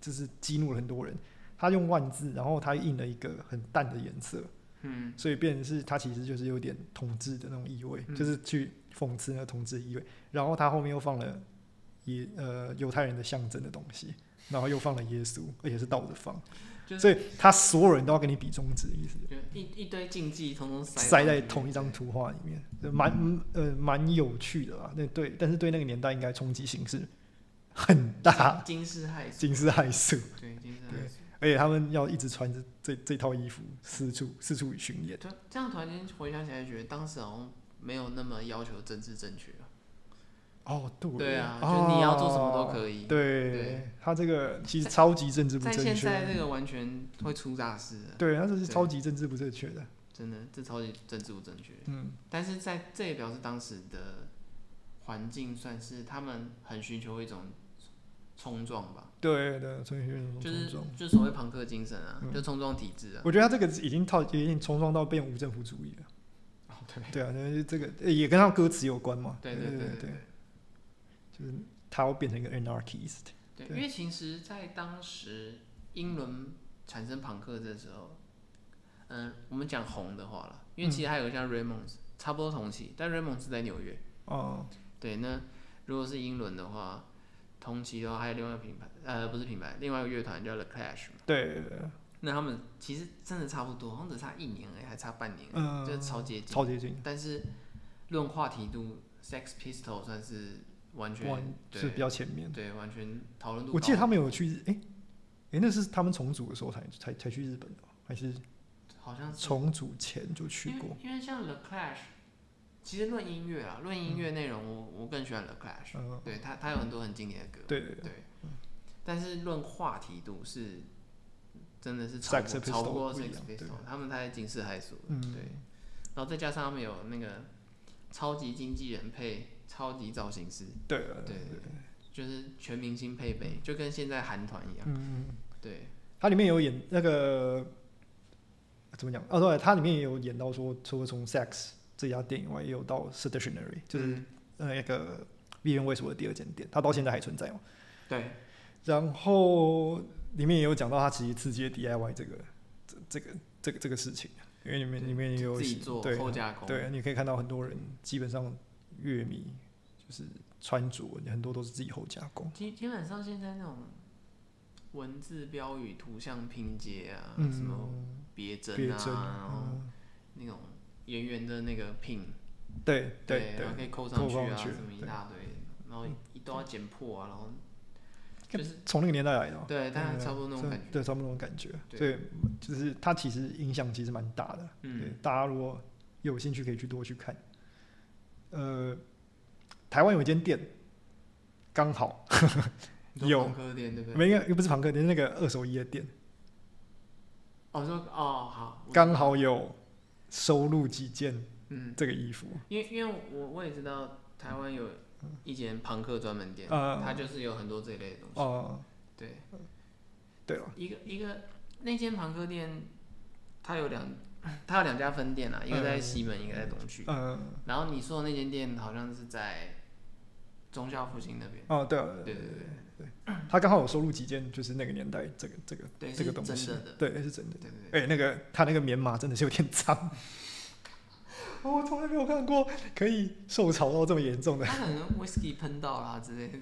[SPEAKER 1] 就是激怒了很多人。他用万字，然后他印了一个很淡的颜色，
[SPEAKER 2] 嗯，
[SPEAKER 1] 所以变成是他其实就是有点统治的那种意味，
[SPEAKER 2] 嗯
[SPEAKER 1] 就是去讽刺那个统治的意味。然后他后面又放了耶呃犹太人的象征的东西，然后又放了耶稣，而且是倒着放，
[SPEAKER 2] 就是
[SPEAKER 1] 所以他所有人都要跟你比中指，意思
[SPEAKER 2] 就一一堆禁忌统统塞嗯
[SPEAKER 1] 塞
[SPEAKER 2] 到
[SPEAKER 1] 在
[SPEAKER 2] 里面
[SPEAKER 1] 同一张图画里面，就蛮呃蛮有趣的啦。那对，但是对那个年代应该冲击性是很大，
[SPEAKER 2] 惊世骇俗，
[SPEAKER 1] 惊世骇俗，
[SPEAKER 2] 对惊世骇
[SPEAKER 1] 对
[SPEAKER 2] 俗。
[SPEAKER 1] 而且他们要一直穿着这这套衣服四处四处巡演。
[SPEAKER 2] 对，这样突然间回想起来，觉得当时好像没有那么要求政治正确啊。
[SPEAKER 1] 哦，对，
[SPEAKER 2] 对啊，就你要做什么
[SPEAKER 1] 哦
[SPEAKER 2] 都可以。
[SPEAKER 1] 对
[SPEAKER 2] 对
[SPEAKER 1] 他这个其实超级政治不
[SPEAKER 2] 在
[SPEAKER 1] 正
[SPEAKER 2] 现在
[SPEAKER 1] 确，
[SPEAKER 2] 这个完全会出大事的，
[SPEAKER 1] 对，他这是
[SPEAKER 2] 对
[SPEAKER 1] 超级政治不正确的，
[SPEAKER 2] 真的，这超级政治不正确。
[SPEAKER 1] 嗯，
[SPEAKER 2] 但是在这也表示当时的环境算是他们很寻求一种冲撞吧，
[SPEAKER 1] 对对，所以有种
[SPEAKER 2] 就是
[SPEAKER 1] 冲撞。
[SPEAKER 2] 就所谓朋克精神啊，
[SPEAKER 1] 嗯
[SPEAKER 2] 就冲撞体制啊。
[SPEAKER 1] 我觉得他这个已经套已经冲撞到变无政府主义了，
[SPEAKER 2] 哦，对
[SPEAKER 1] 对啊，那这个呃也跟他歌词有关嘛，
[SPEAKER 2] 对
[SPEAKER 1] 对
[SPEAKER 2] 对对
[SPEAKER 1] 对
[SPEAKER 2] 对，
[SPEAKER 1] 就是他要变成一个 anarchist，
[SPEAKER 2] 对，
[SPEAKER 1] 对
[SPEAKER 2] 因为其实，在当时英伦产生朋克的时候，嗯、我们讲红的话了，因为
[SPEAKER 1] 嗯
[SPEAKER 2] 其实还有像 Raymond 差不多同期，但 Raymond 是在纽约。
[SPEAKER 1] 哦，
[SPEAKER 2] 对，那如果是英伦的话，同期的话还有另外一个品牌，呃，不是品牌，另外一个乐团叫 The Clash 嘛。
[SPEAKER 1] 对，
[SPEAKER 2] 那他们其实真的差不多，好像只差一年而已，还差半年而已，
[SPEAKER 1] 嗯
[SPEAKER 2] 就是超接近。
[SPEAKER 1] 超接近，
[SPEAKER 2] 但是论话题度，Sex Pistol 算是完全
[SPEAKER 1] 完是比
[SPEAKER 2] 对
[SPEAKER 1] 较前面。
[SPEAKER 2] 对完全讨论度高。
[SPEAKER 1] 我记得他们有去，哎哎，那是他们重组的时候才才才去日本的吗，还是
[SPEAKER 2] 好像是
[SPEAKER 1] 重组前就去
[SPEAKER 2] 因为
[SPEAKER 1] 过？
[SPEAKER 2] 因为像 The Clash，其实论音乐啊，论音乐内容我，我、更喜欢 The Clash，、
[SPEAKER 1] 嗯，
[SPEAKER 2] 对他他有很多很经典的歌，
[SPEAKER 1] 对对对。啊嗯
[SPEAKER 2] 对但是论话题度是真的是
[SPEAKER 1] Sex
[SPEAKER 2] 超过超
[SPEAKER 1] Pistol
[SPEAKER 2] 过
[SPEAKER 1] 不一
[SPEAKER 2] Sex
[SPEAKER 1] 样对啊
[SPEAKER 2] Pistol，他们太惊世骇俗了，
[SPEAKER 1] 嗯
[SPEAKER 2] 对，然后再加上他们有那个超级经纪人配超级造型师，
[SPEAKER 1] 对
[SPEAKER 2] 对对对，就是全明星配备，就跟现在韩团一样，
[SPEAKER 1] 嗯，
[SPEAKER 2] 对
[SPEAKER 1] 它里面有演那个怎么讲？哦，对，它里面也有演到说，除了从《Sex》这家店以外，也有到《Stationary》，就是、
[SPEAKER 2] 嗯
[SPEAKER 1] 呃那个 v i v i 为什么的第二间店，它到现在还存在嘛。
[SPEAKER 2] 对
[SPEAKER 1] 然后里面也有讲到他其实自己的 DIY 这个这这个这个这个事情，因为里面里面也有
[SPEAKER 2] 自己做
[SPEAKER 1] 对
[SPEAKER 2] 后加工，
[SPEAKER 1] 对，你可以看到很多人基本上乐迷就是穿着很多都是自己后加工。
[SPEAKER 2] 基基本上现在那种文字标语、图像拼接啊，什么
[SPEAKER 1] 嗯，
[SPEAKER 2] 别针
[SPEAKER 1] 别
[SPEAKER 2] 啊，
[SPEAKER 1] 针，
[SPEAKER 2] 然后
[SPEAKER 1] 嗯，
[SPEAKER 2] 那种圆圆的那个拼，
[SPEAKER 1] 对对
[SPEAKER 2] 然后可以扣
[SPEAKER 1] 扣
[SPEAKER 2] 上去啊，
[SPEAKER 1] 上去
[SPEAKER 2] 什么一
[SPEAKER 1] 对嗯
[SPEAKER 2] 大堆，然后一都要剪破啊，然后就是
[SPEAKER 1] 从那个年代来的嘛，
[SPEAKER 2] 对，大概差不多那种
[SPEAKER 1] 对
[SPEAKER 2] 感觉，
[SPEAKER 1] 对，差不多那种感觉。
[SPEAKER 2] 对
[SPEAKER 1] 对，就是它其实影响其实蛮大的。对
[SPEAKER 2] 嗯，，
[SPEAKER 1] 大家如果有兴趣，可以去多去看。呃，台湾有一间店，刚好
[SPEAKER 2] 你说
[SPEAKER 1] 有
[SPEAKER 2] 朋克店对不对？
[SPEAKER 1] 没有，又不是朋克店，是那个二手衣的店，
[SPEAKER 2] 哦，说哦好，我
[SPEAKER 1] 刚好有收录几件
[SPEAKER 2] 嗯，
[SPEAKER 1] 这个衣服。
[SPEAKER 2] 因为因为我我也知道台湾有一间朋克专门店，
[SPEAKER 1] 呃
[SPEAKER 2] 它就是有很多这一类的东西。
[SPEAKER 1] 哦、
[SPEAKER 2] 对，
[SPEAKER 1] 对哦了，
[SPEAKER 2] 一个一个那间朋克店，它有两它有两家分店啊，一个在西门，一个在东区。
[SPEAKER 1] 嗯、
[SPEAKER 2] 然后你说的那间店好像是在中校附近那边。
[SPEAKER 1] 哦、对啊，
[SPEAKER 2] 对对对
[SPEAKER 1] 他刚好有收录几件，就是那个年代这个这个
[SPEAKER 2] 对，
[SPEAKER 1] 这
[SPEAKER 2] 是
[SPEAKER 1] 个东西
[SPEAKER 2] 真的的。，
[SPEAKER 1] 对，是真的。
[SPEAKER 2] 对对对，
[SPEAKER 1] 哎、那个他那个棉麻真的是有点脏， 我从来没有看过可以受潮到这么严 重的。
[SPEAKER 2] 他可能 whisky 喷到啦之类的。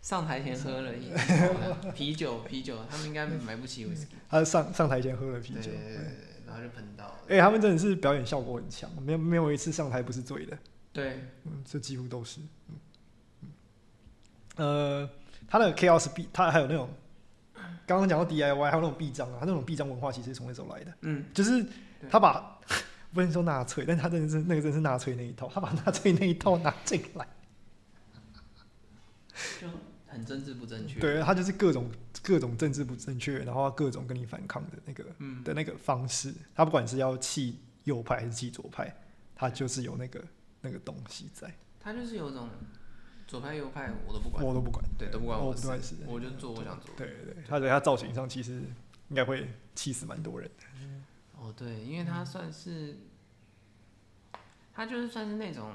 [SPEAKER 2] 上台前喝了一 口啤酒，啤酒，他们应该买不起 whisky。
[SPEAKER 1] 他上上台前喝了嗯啤
[SPEAKER 2] 对
[SPEAKER 1] 酒
[SPEAKER 2] 对，对对，对然后就喷到了。
[SPEAKER 1] 哎、他们真的是表演效果很强，没有没有一次上台不是醉的，
[SPEAKER 2] 对，
[SPEAKER 1] 嗯，这几乎都是。嗯嗯、呃，他的 chaos 币，他还有那种刚刚讲到 DIY，还有那种臂章啊，他那种臂章文化其实是从那时候来的。
[SPEAKER 2] 嗯，
[SPEAKER 1] 就是他把不能说纳粹，但他真的是那个真的是纳粹那一套，他把纳粹那一套拿进来，
[SPEAKER 2] 就很政治不正确。
[SPEAKER 1] 对他就是各种各种政治不正确，然后各种跟你反抗的那个
[SPEAKER 2] 嗯，
[SPEAKER 1] 的那个方式，他不管是要气右派还是气左派，他就是有那个那个东西在，
[SPEAKER 2] 他就是有种左派右派我都不管，
[SPEAKER 1] 我都不管，
[SPEAKER 2] 对都不关
[SPEAKER 1] 我
[SPEAKER 2] 我
[SPEAKER 1] 不
[SPEAKER 2] 的事
[SPEAKER 1] 管是，
[SPEAKER 2] 我就做我想做。
[SPEAKER 1] 对对对，他在他造型上其实应该会气死蛮多人，
[SPEAKER 2] 哦，对，因为他算是，他就是算是那种，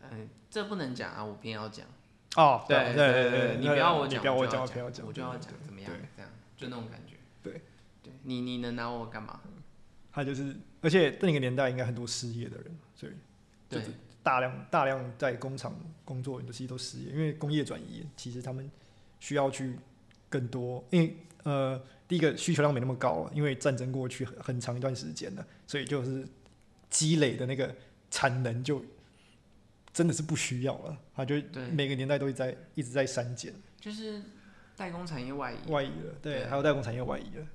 [SPEAKER 2] 嗯，这不能讲啊，我偏要讲。
[SPEAKER 1] 哦，对
[SPEAKER 2] 对
[SPEAKER 1] 对
[SPEAKER 2] 对，你
[SPEAKER 1] 那
[SPEAKER 2] 不要我
[SPEAKER 1] 你
[SPEAKER 2] 讲，
[SPEAKER 1] 不要
[SPEAKER 2] 我
[SPEAKER 1] 我
[SPEAKER 2] 就
[SPEAKER 1] 讲，
[SPEAKER 2] 要
[SPEAKER 1] 我不要
[SPEAKER 2] 讲，
[SPEAKER 1] 讲，
[SPEAKER 2] 我就要
[SPEAKER 1] 对
[SPEAKER 2] 讲，怎么样
[SPEAKER 1] 对？
[SPEAKER 2] 这样就那种感觉。
[SPEAKER 1] 对
[SPEAKER 2] 对，你你能拿我干嘛？
[SPEAKER 1] 他就是，而且那个年代应该很多失业的人，所以就
[SPEAKER 2] 对
[SPEAKER 1] 是大量大量在工厂工作的人其实都失业，因为工业转移，其实他们需要去更多，因为呃，第一个需求量没那么高了，因为战争过去很很长一段时间了，所以就是积累的那个产能就真的是不需要了，他就
[SPEAKER 2] 对
[SPEAKER 1] 每个年代都在一直在删减
[SPEAKER 2] 就是代工产业外移，
[SPEAKER 1] 外移了，对，
[SPEAKER 2] 对
[SPEAKER 1] 还有代工产业外移了，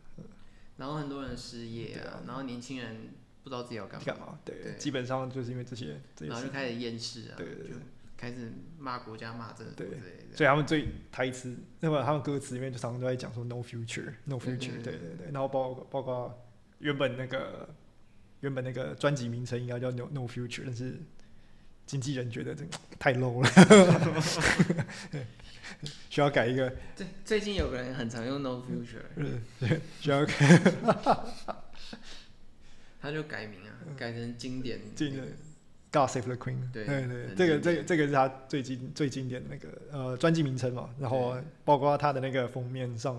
[SPEAKER 2] 然后很多人失业啊，然后年轻人不知道自己要干嘛，
[SPEAKER 1] 干嘛？对，
[SPEAKER 2] 对
[SPEAKER 1] 基本上就是因为这些这些
[SPEAKER 2] 然后
[SPEAKER 1] 事
[SPEAKER 2] 就开始厌世啊，
[SPEAKER 1] 对对对
[SPEAKER 2] 就开始骂国家骂政府之
[SPEAKER 1] 对
[SPEAKER 2] 类的。
[SPEAKER 1] 所以他们最台词，那么他们歌词里面就常常都在讲说 “no future, no
[SPEAKER 2] 对
[SPEAKER 1] future”，对
[SPEAKER 2] 对
[SPEAKER 1] 对对。然后包括包括原本那个原本那个专辑名称应该叫 “no no future”，但是经纪人觉得这个太 low 了， 需要改一个，
[SPEAKER 2] 最最近有个人很常用 No Future，
[SPEAKER 1] 嗯需要改
[SPEAKER 2] 他就改名啊，改成经典那个。
[SPEAKER 1] 嗯经典 “God Save the Queen”。
[SPEAKER 2] 对
[SPEAKER 1] 对对，
[SPEAKER 2] 很
[SPEAKER 1] 这个
[SPEAKER 2] 经典
[SPEAKER 1] 这个这个是他最经最经典的那个呃专辑名称嘛，然后
[SPEAKER 2] 对
[SPEAKER 1] 包括他的那个封面上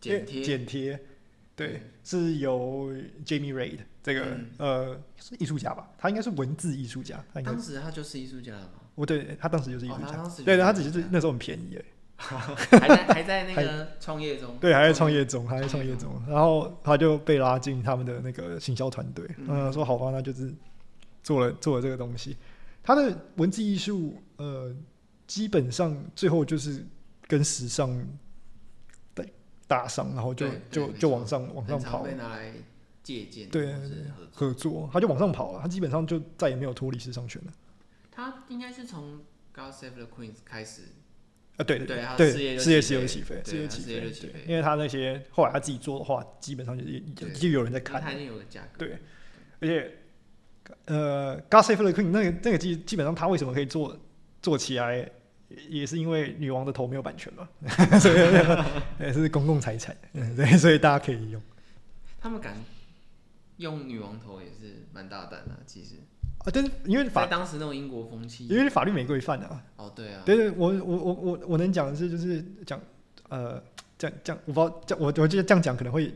[SPEAKER 2] 剪贴。
[SPEAKER 1] 剪贴，对
[SPEAKER 2] 对，
[SPEAKER 1] 是由 Jamie Reid 这个、
[SPEAKER 2] 嗯
[SPEAKER 1] 呃是艺术家吧，他应该是文字艺术家，他应该
[SPEAKER 2] 当时他就是艺术家了 嘛，
[SPEAKER 1] 我对他当时就是艺术
[SPEAKER 2] 哦他
[SPEAKER 1] 家，
[SPEAKER 2] 当时就是
[SPEAKER 1] 对，
[SPEAKER 2] 艺术
[SPEAKER 1] 他只是
[SPEAKER 2] 家
[SPEAKER 1] 那时候很便宜而已，
[SPEAKER 2] 还在还在那个创业中。
[SPEAKER 1] 对，还在创业中，还在创
[SPEAKER 2] 创
[SPEAKER 1] 业
[SPEAKER 2] 业
[SPEAKER 1] 中，然后他就被拉进他们的那个行销团队，
[SPEAKER 2] 嗯
[SPEAKER 1] 嗯，说好吧，那就是做了做了这个东西，他的文字艺术呃基本上最后就是跟时尚打打上，然后就
[SPEAKER 2] 对对
[SPEAKER 1] 就
[SPEAKER 2] 没
[SPEAKER 1] 就
[SPEAKER 2] 错
[SPEAKER 1] 往上往上
[SPEAKER 2] 很常
[SPEAKER 1] 跑
[SPEAKER 2] 被。拿来借鉴，
[SPEAKER 1] 对
[SPEAKER 2] 或是合作。
[SPEAKER 1] 合作，他就往上跑了，他基本上就再也没有脱离时尚圈了。
[SPEAKER 2] 他应该是从 God Save the Queens 开始，
[SPEAKER 1] 啊，对
[SPEAKER 2] 对他
[SPEAKER 1] 对，
[SPEAKER 2] 事业就
[SPEAKER 1] 事业
[SPEAKER 2] 起
[SPEAKER 1] 是有
[SPEAKER 2] 飞
[SPEAKER 1] 起飞，
[SPEAKER 2] 对
[SPEAKER 1] 事业
[SPEAKER 2] 他
[SPEAKER 1] 起
[SPEAKER 2] 事业就起
[SPEAKER 1] 对
[SPEAKER 2] 飞
[SPEAKER 1] 因为他那些后来他自己做的话，基本上就就
[SPEAKER 2] 对
[SPEAKER 1] 就有人在
[SPEAKER 2] 因为他
[SPEAKER 1] 看，
[SPEAKER 2] 已经有个价格。
[SPEAKER 1] 对，而且呃 g o s s i p the Queen 那个那个基基本上他为什么可以做做起来，也是因为女王的头没有版权嘛， 所以也是公共财产， 嗯对，所以大家可以用
[SPEAKER 2] 他们敢用女王头也是蛮大胆的、其实，
[SPEAKER 1] 啊，但是因为
[SPEAKER 2] 在
[SPEAKER 1] 法
[SPEAKER 2] 当时那种英国风气
[SPEAKER 1] 因。为法律没规范啊，
[SPEAKER 2] 哦，对啊，
[SPEAKER 1] 对对，我我我我我能讲的是，就是讲呃，这样这样，我不知道这样我我觉得这样讲可能会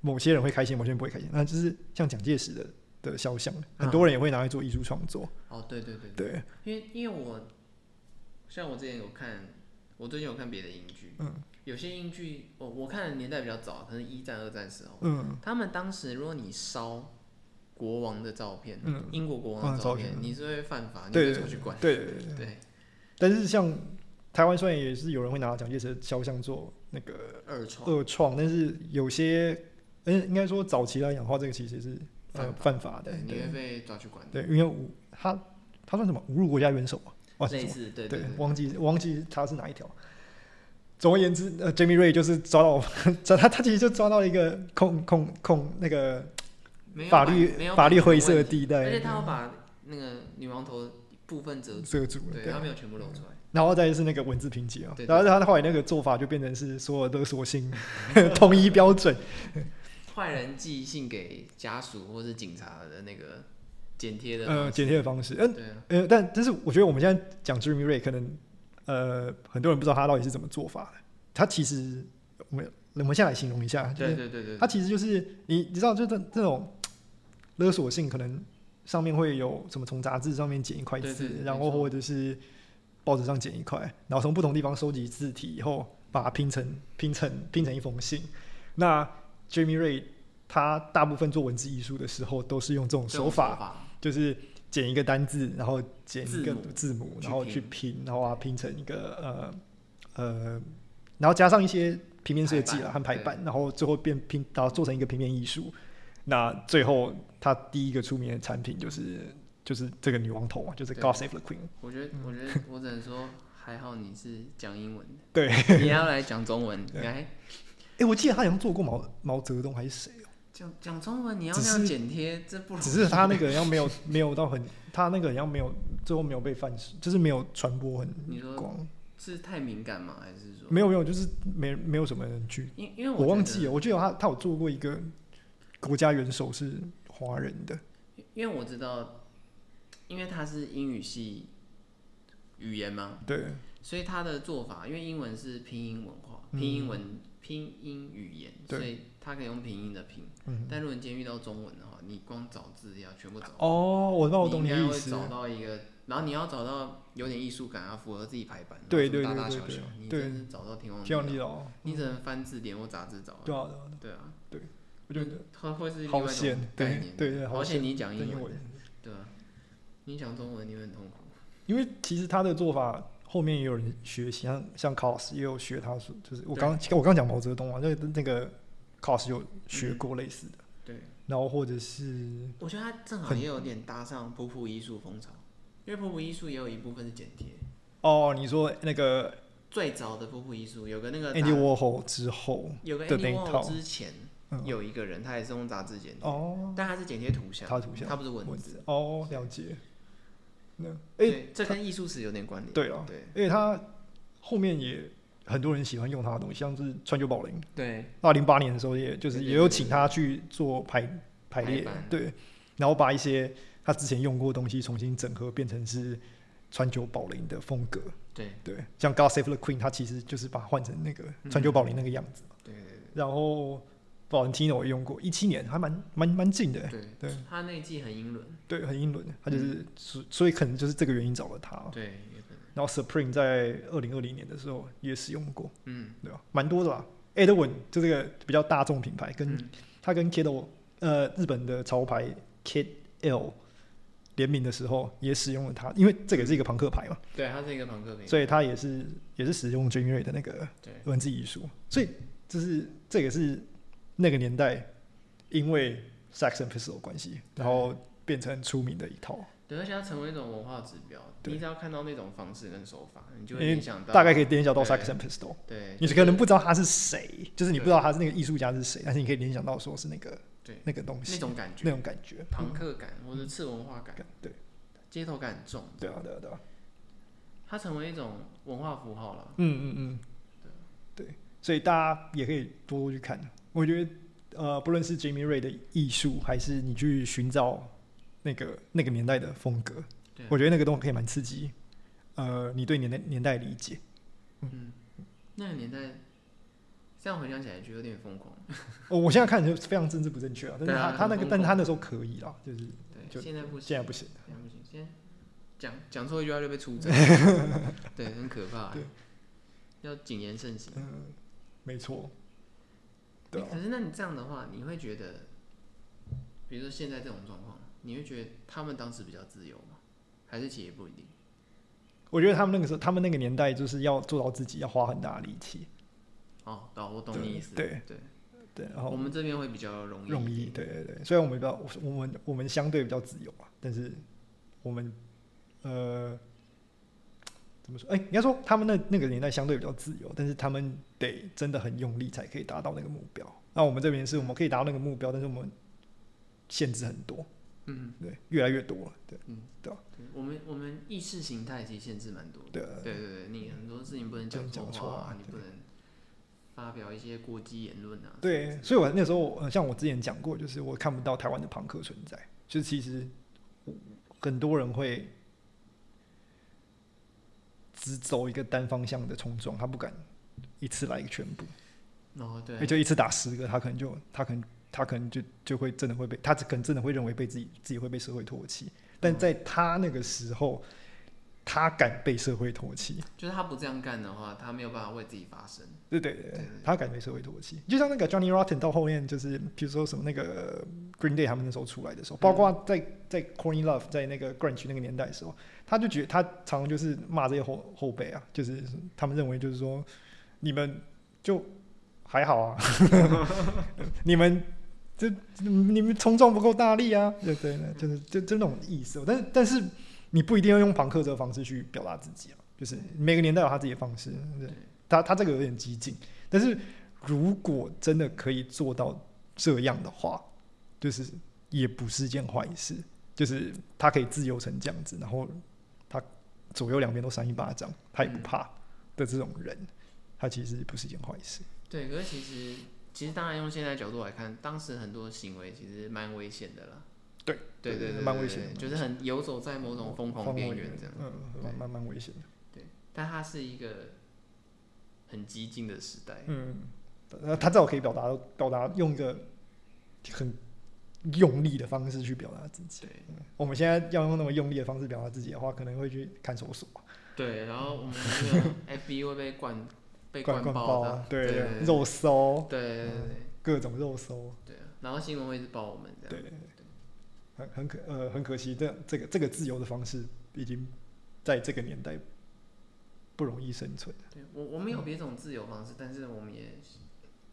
[SPEAKER 1] 某些人会开心，某些人不会开心。那就是像蒋介石的的肖像，很多人也会拿来做艺术创作。
[SPEAKER 2] 哦，对对啊对对，
[SPEAKER 1] 对，
[SPEAKER 2] 因为因为我像我之前有看，我最近有看别的英剧，
[SPEAKER 1] 嗯
[SPEAKER 2] 有些英剧我我看的年代比较早，可能一战、二战时候，
[SPEAKER 1] 嗯
[SPEAKER 2] 他们当时如果你烧国王的照片，
[SPEAKER 1] 嗯
[SPEAKER 2] 英国国王的
[SPEAKER 1] 国王的照
[SPEAKER 2] 照
[SPEAKER 1] 片
[SPEAKER 2] 片，你是会犯法，你
[SPEAKER 1] 对
[SPEAKER 2] 被
[SPEAKER 1] 对
[SPEAKER 2] 抓去关。
[SPEAKER 1] 对对对。
[SPEAKER 2] 对，
[SPEAKER 1] 但是像台湾虽然也是有人会拿蒋介石的肖像做那个
[SPEAKER 2] 二创，
[SPEAKER 1] 恶创，但是有些嗯，应该说早期来讲的话，这个其实是呃
[SPEAKER 2] 犯法
[SPEAKER 1] 犯法的
[SPEAKER 2] 对，。你
[SPEAKER 1] 对
[SPEAKER 2] 会被抓去关。
[SPEAKER 1] 对，因为侮他他算什么侮辱国家元首啊？哇，是什
[SPEAKER 2] 类
[SPEAKER 1] 么
[SPEAKER 2] 似，对
[SPEAKER 1] 对
[SPEAKER 2] 对，
[SPEAKER 1] 忘记忘记他是哪一条。总而言之，呃，Jamie Ray 就是抓到我们，抓他，他其实就抓到了一个控控控那个
[SPEAKER 2] 没有
[SPEAKER 1] 法
[SPEAKER 2] 版
[SPEAKER 1] 律
[SPEAKER 2] 没有
[SPEAKER 1] 法
[SPEAKER 2] 版
[SPEAKER 1] 律
[SPEAKER 2] 权
[SPEAKER 1] 灰
[SPEAKER 2] 问
[SPEAKER 1] 色
[SPEAKER 2] 题
[SPEAKER 1] 地带，
[SPEAKER 2] 而且他要把那个女王头部分遮住，
[SPEAKER 1] 遮住了，
[SPEAKER 2] 对他没有全部露出来。
[SPEAKER 1] 然后再是那个文字评级啊，
[SPEAKER 2] 对对
[SPEAKER 1] 然后他后来那个做法就变成是所有勒索性 统一标准，
[SPEAKER 2] 坏人寄信给家属或是警察的那个剪贴的方
[SPEAKER 1] 呃，
[SPEAKER 2] 式，
[SPEAKER 1] 剪贴的方式，嗯
[SPEAKER 2] 对啊，
[SPEAKER 1] 呃，但但是我觉得我们现在讲 Jeremy Ray，可能呃很多人不知道他到底是怎么做法的。他其实我们我们现在来形容一下，就
[SPEAKER 2] 对
[SPEAKER 1] 是
[SPEAKER 2] 对对对，
[SPEAKER 1] 他其实就是你你知道，就这这种勒索性，可能上面会有什么从杂志上面剪一块
[SPEAKER 2] 对
[SPEAKER 1] 字
[SPEAKER 2] 对，对
[SPEAKER 1] 然
[SPEAKER 2] 没
[SPEAKER 1] 后
[SPEAKER 2] 错
[SPEAKER 1] 或者是报纸上剪一块，然后从不同地方收集字体以后，把它拼成拼成拼成一封信。那 Jeremy Ray 他大部分做文字艺术的时候，都是用这种
[SPEAKER 2] 这
[SPEAKER 1] 手
[SPEAKER 2] 种
[SPEAKER 1] 法。
[SPEAKER 2] 法，
[SPEAKER 1] 就是剪一个单字，然后剪一个
[SPEAKER 2] 字
[SPEAKER 1] 字
[SPEAKER 2] 母
[SPEAKER 1] 母，
[SPEAKER 2] 去
[SPEAKER 1] 然后去拼，然后把它拼成一个呃呃，然后加上一些平面设计了和
[SPEAKER 2] 排
[SPEAKER 1] 排
[SPEAKER 2] 版
[SPEAKER 1] 版，然后最后变拼，然后做成一个平面艺术。那最后他第一个出名的产品就是就是这个女王头嘛，就是
[SPEAKER 2] 对
[SPEAKER 1] God Save the Queen。
[SPEAKER 2] 我觉得我觉得我只能说还好你是讲英文的，
[SPEAKER 1] 对，
[SPEAKER 2] 你要来讲中文，你还
[SPEAKER 1] 哎，我记得他好像做过毛毛泽东还是谁哦，
[SPEAKER 2] 讲讲中文，你要
[SPEAKER 1] 只
[SPEAKER 2] 那
[SPEAKER 1] 是
[SPEAKER 2] 样剪贴，这不容易
[SPEAKER 1] 只是他那个好像没有 没有到很，他那个好像没有最后没有被泛，就是没有传播很
[SPEAKER 2] 你说
[SPEAKER 1] 广，
[SPEAKER 2] 是太敏感吗？还是说
[SPEAKER 1] 没有没有，就是没没有什么人去
[SPEAKER 2] 因因为
[SPEAKER 1] 我忘记
[SPEAKER 2] 了，
[SPEAKER 1] 了，我记得他他有做过一个国家元首是华人的，
[SPEAKER 2] 因为我知道，因为他是英语系语言嘛，
[SPEAKER 1] 对，
[SPEAKER 2] 所以他的做法，因为英文是拼音文化，
[SPEAKER 1] 嗯
[SPEAKER 2] 拼音文、拼音语言，
[SPEAKER 1] 对
[SPEAKER 2] 所以他可以用拼音的拼。
[SPEAKER 1] 嗯，
[SPEAKER 2] 但如果你今天遇到中文的话，你光找字要全部找，
[SPEAKER 1] 哦，我那我懂
[SPEAKER 2] 你
[SPEAKER 1] 你
[SPEAKER 2] 应
[SPEAKER 1] 的
[SPEAKER 2] 该
[SPEAKER 1] 意
[SPEAKER 2] 会
[SPEAKER 1] 思，
[SPEAKER 2] 找到一个，然后你要找到有点艺术感啊，符合自己排版，
[SPEAKER 1] 对对
[SPEAKER 2] 然后什么
[SPEAKER 1] 对
[SPEAKER 2] 大大
[SPEAKER 1] 对
[SPEAKER 2] 小
[SPEAKER 1] 对
[SPEAKER 2] 小，你
[SPEAKER 1] 对
[SPEAKER 2] 真是找到天荒
[SPEAKER 1] 这样
[SPEAKER 2] 地
[SPEAKER 1] 你
[SPEAKER 2] 老，
[SPEAKER 1] 老，
[SPEAKER 2] 你只能翻字典或杂志找啊。
[SPEAKER 1] 嗯对啊，对啊
[SPEAKER 2] 对啊，
[SPEAKER 1] 我觉得
[SPEAKER 2] 它会是另
[SPEAKER 1] 好
[SPEAKER 2] 外一
[SPEAKER 1] 险
[SPEAKER 2] 种
[SPEAKER 1] 对
[SPEAKER 2] 概念。
[SPEAKER 1] 对对好
[SPEAKER 2] 而且
[SPEAKER 1] 险
[SPEAKER 2] 你讲
[SPEAKER 1] 对
[SPEAKER 2] 英
[SPEAKER 1] 英
[SPEAKER 2] 文
[SPEAKER 1] 文，，
[SPEAKER 2] 对啊，你讲中文你会很痛苦。
[SPEAKER 1] 因为其实他的做法后面也有人学习，像像 cos 也有学他说，就是我刚我刚讲毛泽东啊，那那个 cos 有学过类似的，
[SPEAKER 2] 对，
[SPEAKER 1] 然后或者是
[SPEAKER 2] 我觉得他正好也有点搭上普普艺术风潮，因为普普艺术也有一部分是剪贴。
[SPEAKER 1] 哦，你说那个
[SPEAKER 2] 最早的普普艺术有个那个
[SPEAKER 1] Andy
[SPEAKER 2] 杂
[SPEAKER 1] Warhol 之后，
[SPEAKER 2] 有个
[SPEAKER 1] 的那
[SPEAKER 2] Andy
[SPEAKER 1] 一套
[SPEAKER 2] Warhol 之前
[SPEAKER 1] 嗯，
[SPEAKER 2] 有一个人，他也是用杂志剪贴，
[SPEAKER 1] 哦，
[SPEAKER 2] 但他是剪贴图像，
[SPEAKER 1] 他图像
[SPEAKER 2] 他不是文
[SPEAKER 1] 文
[SPEAKER 2] 字。
[SPEAKER 1] 字，哦，了解，那哎，
[SPEAKER 2] 对，这跟艺术史有点关联。
[SPEAKER 1] 对啊
[SPEAKER 2] 对
[SPEAKER 1] 而且他后面也很多人喜欢用他的东西，像是川久保玲，
[SPEAKER 2] 对，
[SPEAKER 1] 到零八年的时候也，就是
[SPEAKER 2] 对对
[SPEAKER 1] 也有请他去做排排列
[SPEAKER 2] 排版，
[SPEAKER 1] 对，然后把一些他之前用过的东西重新整合，变成是川久保玲的风格。
[SPEAKER 2] 对
[SPEAKER 1] 对，像《God Save the Queen》，他其实就是把它换成那个
[SPEAKER 2] 嗯
[SPEAKER 1] 川久保玲那个样子。
[SPEAKER 2] 对对
[SPEAKER 1] 然后 Valentino 也用过，一七年还蛮蛮蛮近的，
[SPEAKER 2] 对
[SPEAKER 1] 对，
[SPEAKER 2] 他那一季很英伦，
[SPEAKER 1] 对，很英伦的。他就是、所所以可能就是这个原因找了他。
[SPEAKER 2] 对，有可能，
[SPEAKER 1] 然后 Supreme 在二零二零年的时候也使用过。
[SPEAKER 2] 嗯
[SPEAKER 1] 对吧？蛮多的啦。Edwin 就这个比较大众品牌，跟、
[SPEAKER 2] 嗯
[SPEAKER 1] 他跟 Kiddo 呃日本的潮牌 Kid L 联名的时候，也使用了它，因为这个是一个朋克牌嘛，
[SPEAKER 2] 对，他是一个朋克品，
[SPEAKER 1] 所以它也是也是使用 j a m e r y 的那个
[SPEAKER 2] 对
[SPEAKER 1] 文字艺术，所以就是这个是那个年代因为 Saxon Pistol 的关系，
[SPEAKER 2] 对
[SPEAKER 1] 然后变成出名的一套，
[SPEAKER 2] 对，而且它成为一种文化指标，
[SPEAKER 1] 对
[SPEAKER 2] 你只要看到那种方式跟手法，你就
[SPEAKER 1] 因
[SPEAKER 2] 会
[SPEAKER 1] 为
[SPEAKER 2] 联想到，
[SPEAKER 1] 大概可以联想到
[SPEAKER 2] 对
[SPEAKER 1] Saxon Pistol。
[SPEAKER 2] 对，
[SPEAKER 1] 你
[SPEAKER 2] 就
[SPEAKER 1] 可
[SPEAKER 2] 是
[SPEAKER 1] 能不知道他是谁，就是你不知道他是那个艺术家是谁，但是你可以联想到说是那个
[SPEAKER 2] 对
[SPEAKER 1] 那个东西
[SPEAKER 2] 那种感
[SPEAKER 1] 那
[SPEAKER 2] 觉，
[SPEAKER 1] 种感觉。
[SPEAKER 2] 朋克感或者次文化感，
[SPEAKER 1] 对
[SPEAKER 2] 街头感很重，
[SPEAKER 1] 对啊，对啊，对啊。
[SPEAKER 2] 它成为一种文化符号了。
[SPEAKER 1] 嗯嗯嗯，对，所以大家也可以多多去看。我觉得，呃，不论是 Jimmy Ray 的艺术，还是你去寻找那个那个年代的风格
[SPEAKER 2] 对，
[SPEAKER 1] 我觉得那个东西可以蛮刺激。呃，你对年代年代理解，
[SPEAKER 2] 那个年代，这样回想起来觉得有点疯狂。
[SPEAKER 1] 哦，我现在看就非常政治不正确啊，但是
[SPEAKER 2] 对
[SPEAKER 1] 他、
[SPEAKER 2] 啊
[SPEAKER 1] 他那个，
[SPEAKER 2] 很
[SPEAKER 1] 但他那时候可以啦，就是就
[SPEAKER 2] 对，现在不行，
[SPEAKER 1] 现在不行。
[SPEAKER 2] 现在不行，现在讲讲错一句话就被 出征，对，很可怕
[SPEAKER 1] 对。
[SPEAKER 2] 要谨言慎行。
[SPEAKER 1] 嗯，没错，对
[SPEAKER 2] 欸
[SPEAKER 1] 啊，
[SPEAKER 2] 可是那你这样的话，你会觉得，比如说现在这种状况，你会觉得他们当时比较自由吗？还是其实也不一定？
[SPEAKER 1] 我觉得他们那个时候，他们那个年代就是要做到自己，要花很大的力气，
[SPEAKER 2] 哦，懂，我懂你意思。
[SPEAKER 1] 对
[SPEAKER 2] 对，
[SPEAKER 1] 对，然后
[SPEAKER 2] 我们这边会比较容易。
[SPEAKER 1] 容易，。对对对。虽然我们比较，我们我们相对比较自由啊，但是我们呃怎么说？哎、应该说他们那那个年代相对比较自由，但是他们得真的很用力才可以达到那个目标。那我们这边是我们可以达到那个目标，但是我们限制很多，
[SPEAKER 2] 嗯，
[SPEAKER 1] 对，越来越多了，对，
[SPEAKER 2] 对我们我们意识形态其实限制蛮多的，
[SPEAKER 1] 对，啊
[SPEAKER 2] 对对对，你很多事情不能
[SPEAKER 1] 不
[SPEAKER 2] 讲
[SPEAKER 1] 能呃讲
[SPEAKER 2] 错
[SPEAKER 1] 错啊
[SPEAKER 2] 啊，你
[SPEAKER 1] 对
[SPEAKER 2] 不能发表一些过激言论啊，什
[SPEAKER 1] 对
[SPEAKER 2] 么，之类
[SPEAKER 1] 所以我那时候，呃，像我之前讲过，就是我看不到台湾的朋克存在，就是其实很多人会只走一个单方向的冲撞，他不敢一次来全部，
[SPEAKER 2] 的哦对
[SPEAKER 1] 也，哎就一次打十个，他可能就他可能他可能就就会真的会被他可能真的会认为被自己自己会被社会唾弃，但在他那个时候，他敢被社会唾弃，
[SPEAKER 2] 就是他不这样干的话，他没有办法为自己发声。
[SPEAKER 1] 对对对，他感觉是会唾弃，就像那个 Johnny Rotten 到后面就是，比如说什么那个 Green Day 他们那时候出来的时候，包括在在 Corny Love 在那个 Grunge 那个年代的时候，他就觉得他常常就是骂这些后后辈啊，就是他们认为就是说你们就还好啊， 你们这你们冲撞不够大力啊，对对对，就是就就那种意思。但是但是你不一定要用朋克这个方式去表达自己啊，就是每个年代有他自己的方式，对。
[SPEAKER 2] 对，
[SPEAKER 1] 他他这个有点激进，但是如果真的可以做到这样的话，就是也不是件坏事，就是他可以自由成这样子，然后他左右两边都扇一巴掌，他也不怕的这种人，他其实不是一件坏事。
[SPEAKER 2] 对，可是其实其实当然用现在角度来看，当时很多行为其实蛮危险的啦。
[SPEAKER 1] 对
[SPEAKER 2] 对对对，
[SPEAKER 1] 蛮
[SPEAKER 2] 对
[SPEAKER 1] 危险的
[SPEAKER 2] 对
[SPEAKER 1] 蛮
[SPEAKER 2] 就是很游走在某种疯狂边缘这样。
[SPEAKER 1] 嗯，蛮蛮蛮危险的。
[SPEAKER 2] 对，但它是一个很激进的时代。
[SPEAKER 1] 嗯，呃，他至少可以表达表达用一个很用力的方式去表达自己。
[SPEAKER 2] 对
[SPEAKER 1] 我们现在要用那么用力的方式表达自己的话，可能会去看守所。
[SPEAKER 2] 对，然后我们 那个 FB 会被灌被
[SPEAKER 1] 灌灌
[SPEAKER 2] 爆
[SPEAKER 1] 啊
[SPEAKER 2] 的，，
[SPEAKER 1] 对
[SPEAKER 2] 对对
[SPEAKER 1] 肉搜，
[SPEAKER 2] 对对对
[SPEAKER 1] 各种肉搜，
[SPEAKER 2] 对对，然后新闻会一直爆我们这样。
[SPEAKER 1] 嗯对，很很可呃很可惜，这这个这个自由的方式已经在这个年代不容易生存。
[SPEAKER 2] 对我我们有别种自由方式，但是我们也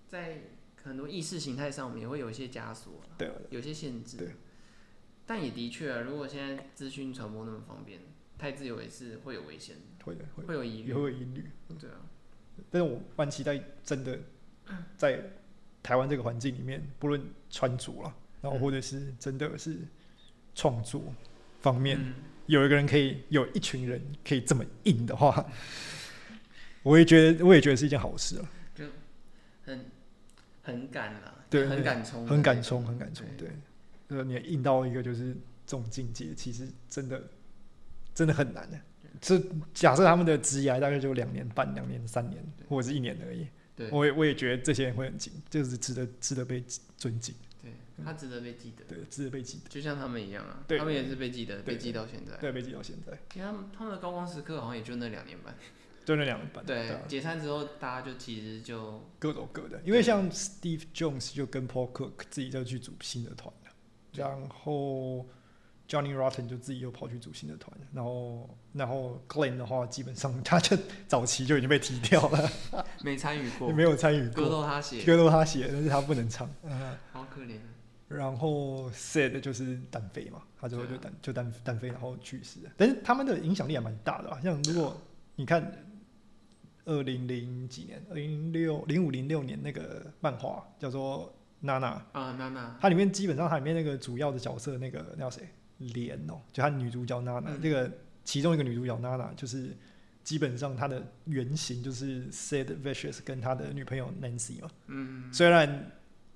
[SPEAKER 2] 在很多意识形态上，我们也会有一些枷锁啦，
[SPEAKER 1] 对，
[SPEAKER 2] 有些限制。
[SPEAKER 1] 对
[SPEAKER 2] 但也的确、啊，如果现在资讯传播那么方便，太自由也是会有危险的，
[SPEAKER 1] 会的会
[SPEAKER 2] 会有疑
[SPEAKER 1] 也
[SPEAKER 2] 虑
[SPEAKER 1] 会。有疑虑，
[SPEAKER 2] 对啊，
[SPEAKER 1] 但是我蛮期待真的
[SPEAKER 2] 嗯
[SPEAKER 1] 在台湾这个环境里面，不论穿着啦，然
[SPEAKER 2] 嗯
[SPEAKER 1] 后或者是真的是创作方面，
[SPEAKER 2] 嗯
[SPEAKER 1] 有一个人可以有一群人可以这么硬的话， 我也觉得我也觉得是一件好事啊。
[SPEAKER 2] 就很很敢啦，
[SPEAKER 1] 对
[SPEAKER 2] 很敢冲的那种，
[SPEAKER 1] 很敢冲，很敢冲，
[SPEAKER 2] 嗯对
[SPEAKER 1] 对，呃，你硬到一个就是这种境界，其实真的真的很难的。这假设他们的职涯大概就两年半、两年、三年
[SPEAKER 2] 对
[SPEAKER 1] 或者是一年而已，
[SPEAKER 2] 对
[SPEAKER 1] 我也我也觉得这些人会很紧，就是值得值得被尊敬，
[SPEAKER 2] 对，他值得被记得，
[SPEAKER 1] 对，值得被记得，
[SPEAKER 2] 就像他们一样啊，
[SPEAKER 1] 对
[SPEAKER 2] 他们也是被记得，
[SPEAKER 1] 对
[SPEAKER 2] 被记到现在。
[SPEAKER 1] 对，被记到现在，
[SPEAKER 2] 因为他们他们的高光时刻好像也就那两年半，
[SPEAKER 1] 就那两年半，对
[SPEAKER 2] 对
[SPEAKER 1] 啊，，
[SPEAKER 2] 解散之后大家就其实就
[SPEAKER 1] 各走各的。因为像 Steve Jones 就跟 Paul Cook 自己就去组新的团了，
[SPEAKER 2] 对
[SPEAKER 1] 然后 Johnny Rotten 就自己又跑去组新的团，然后然后 Glenn 的话，基本上他就 早期就已经被踢掉了，
[SPEAKER 2] 没参与过
[SPEAKER 1] 也，没有参与
[SPEAKER 2] 歌
[SPEAKER 1] 过。
[SPEAKER 2] 都他写，
[SPEAKER 1] 歌都他写，但是他不能唱。嗯
[SPEAKER 2] 好可怜啊。
[SPEAKER 1] 然后 Sad 就是单飞嘛，他最后就
[SPEAKER 2] 对啊
[SPEAKER 1] 单就单单飞，然后去世了。但是他们的影响力还蛮大的吧？啊像如果你看二零零几年，二零六零五零六年那个漫画叫做《娜娜》，
[SPEAKER 2] 啊，娜娜，
[SPEAKER 1] 它里面基本上它里面那个主要的角色那个那叫谁莲哦，就她女主角娜娜、
[SPEAKER 2] 嗯
[SPEAKER 1] 这个其中一个女主角娜娜就是基本上她的原型就是 Sad Vicious 跟他的女朋友 Nancy 嘛，
[SPEAKER 2] 嗯，
[SPEAKER 1] 虽然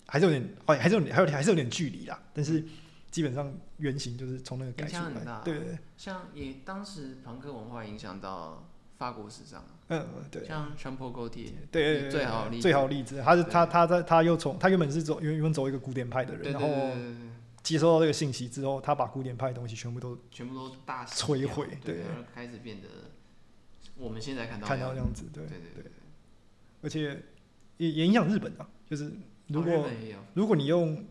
[SPEAKER 1] 还是有点还还是有点还有点还是有点距离啦，但是基本上原型就是从那个改
[SPEAKER 2] 影
[SPEAKER 1] 出
[SPEAKER 2] 响很
[SPEAKER 1] 来
[SPEAKER 2] 大，啊
[SPEAKER 1] 对对对，
[SPEAKER 2] 像也当时朋克文化影响到法国时尚啊，
[SPEAKER 1] 嗯对。
[SPEAKER 2] 像 s h a m p o g o t i
[SPEAKER 1] 对对对，
[SPEAKER 2] 最好的例
[SPEAKER 1] 对
[SPEAKER 2] 子
[SPEAKER 1] 最好的例子，他是
[SPEAKER 2] 对
[SPEAKER 1] 他他在他又从他原本是走原原本走一个古典派的人，
[SPEAKER 2] 对对
[SPEAKER 1] 然
[SPEAKER 2] 对
[SPEAKER 1] 后
[SPEAKER 2] 对对，
[SPEAKER 1] 接收到这个信息之后，他把古典派的东西全部都
[SPEAKER 2] 全部都大洗
[SPEAKER 1] 摧
[SPEAKER 2] 掉
[SPEAKER 1] 毁
[SPEAKER 2] 对，
[SPEAKER 1] 对
[SPEAKER 2] 然后开始变得我们现在看到
[SPEAKER 1] 看
[SPEAKER 2] 的
[SPEAKER 1] 到
[SPEAKER 2] 样
[SPEAKER 1] 这
[SPEAKER 2] 子
[SPEAKER 1] 样子，对
[SPEAKER 2] 对对对，
[SPEAKER 1] 而且也也影响日本啊。就是如
[SPEAKER 2] 哦
[SPEAKER 1] 果、
[SPEAKER 2] 日本也有
[SPEAKER 1] 如果你用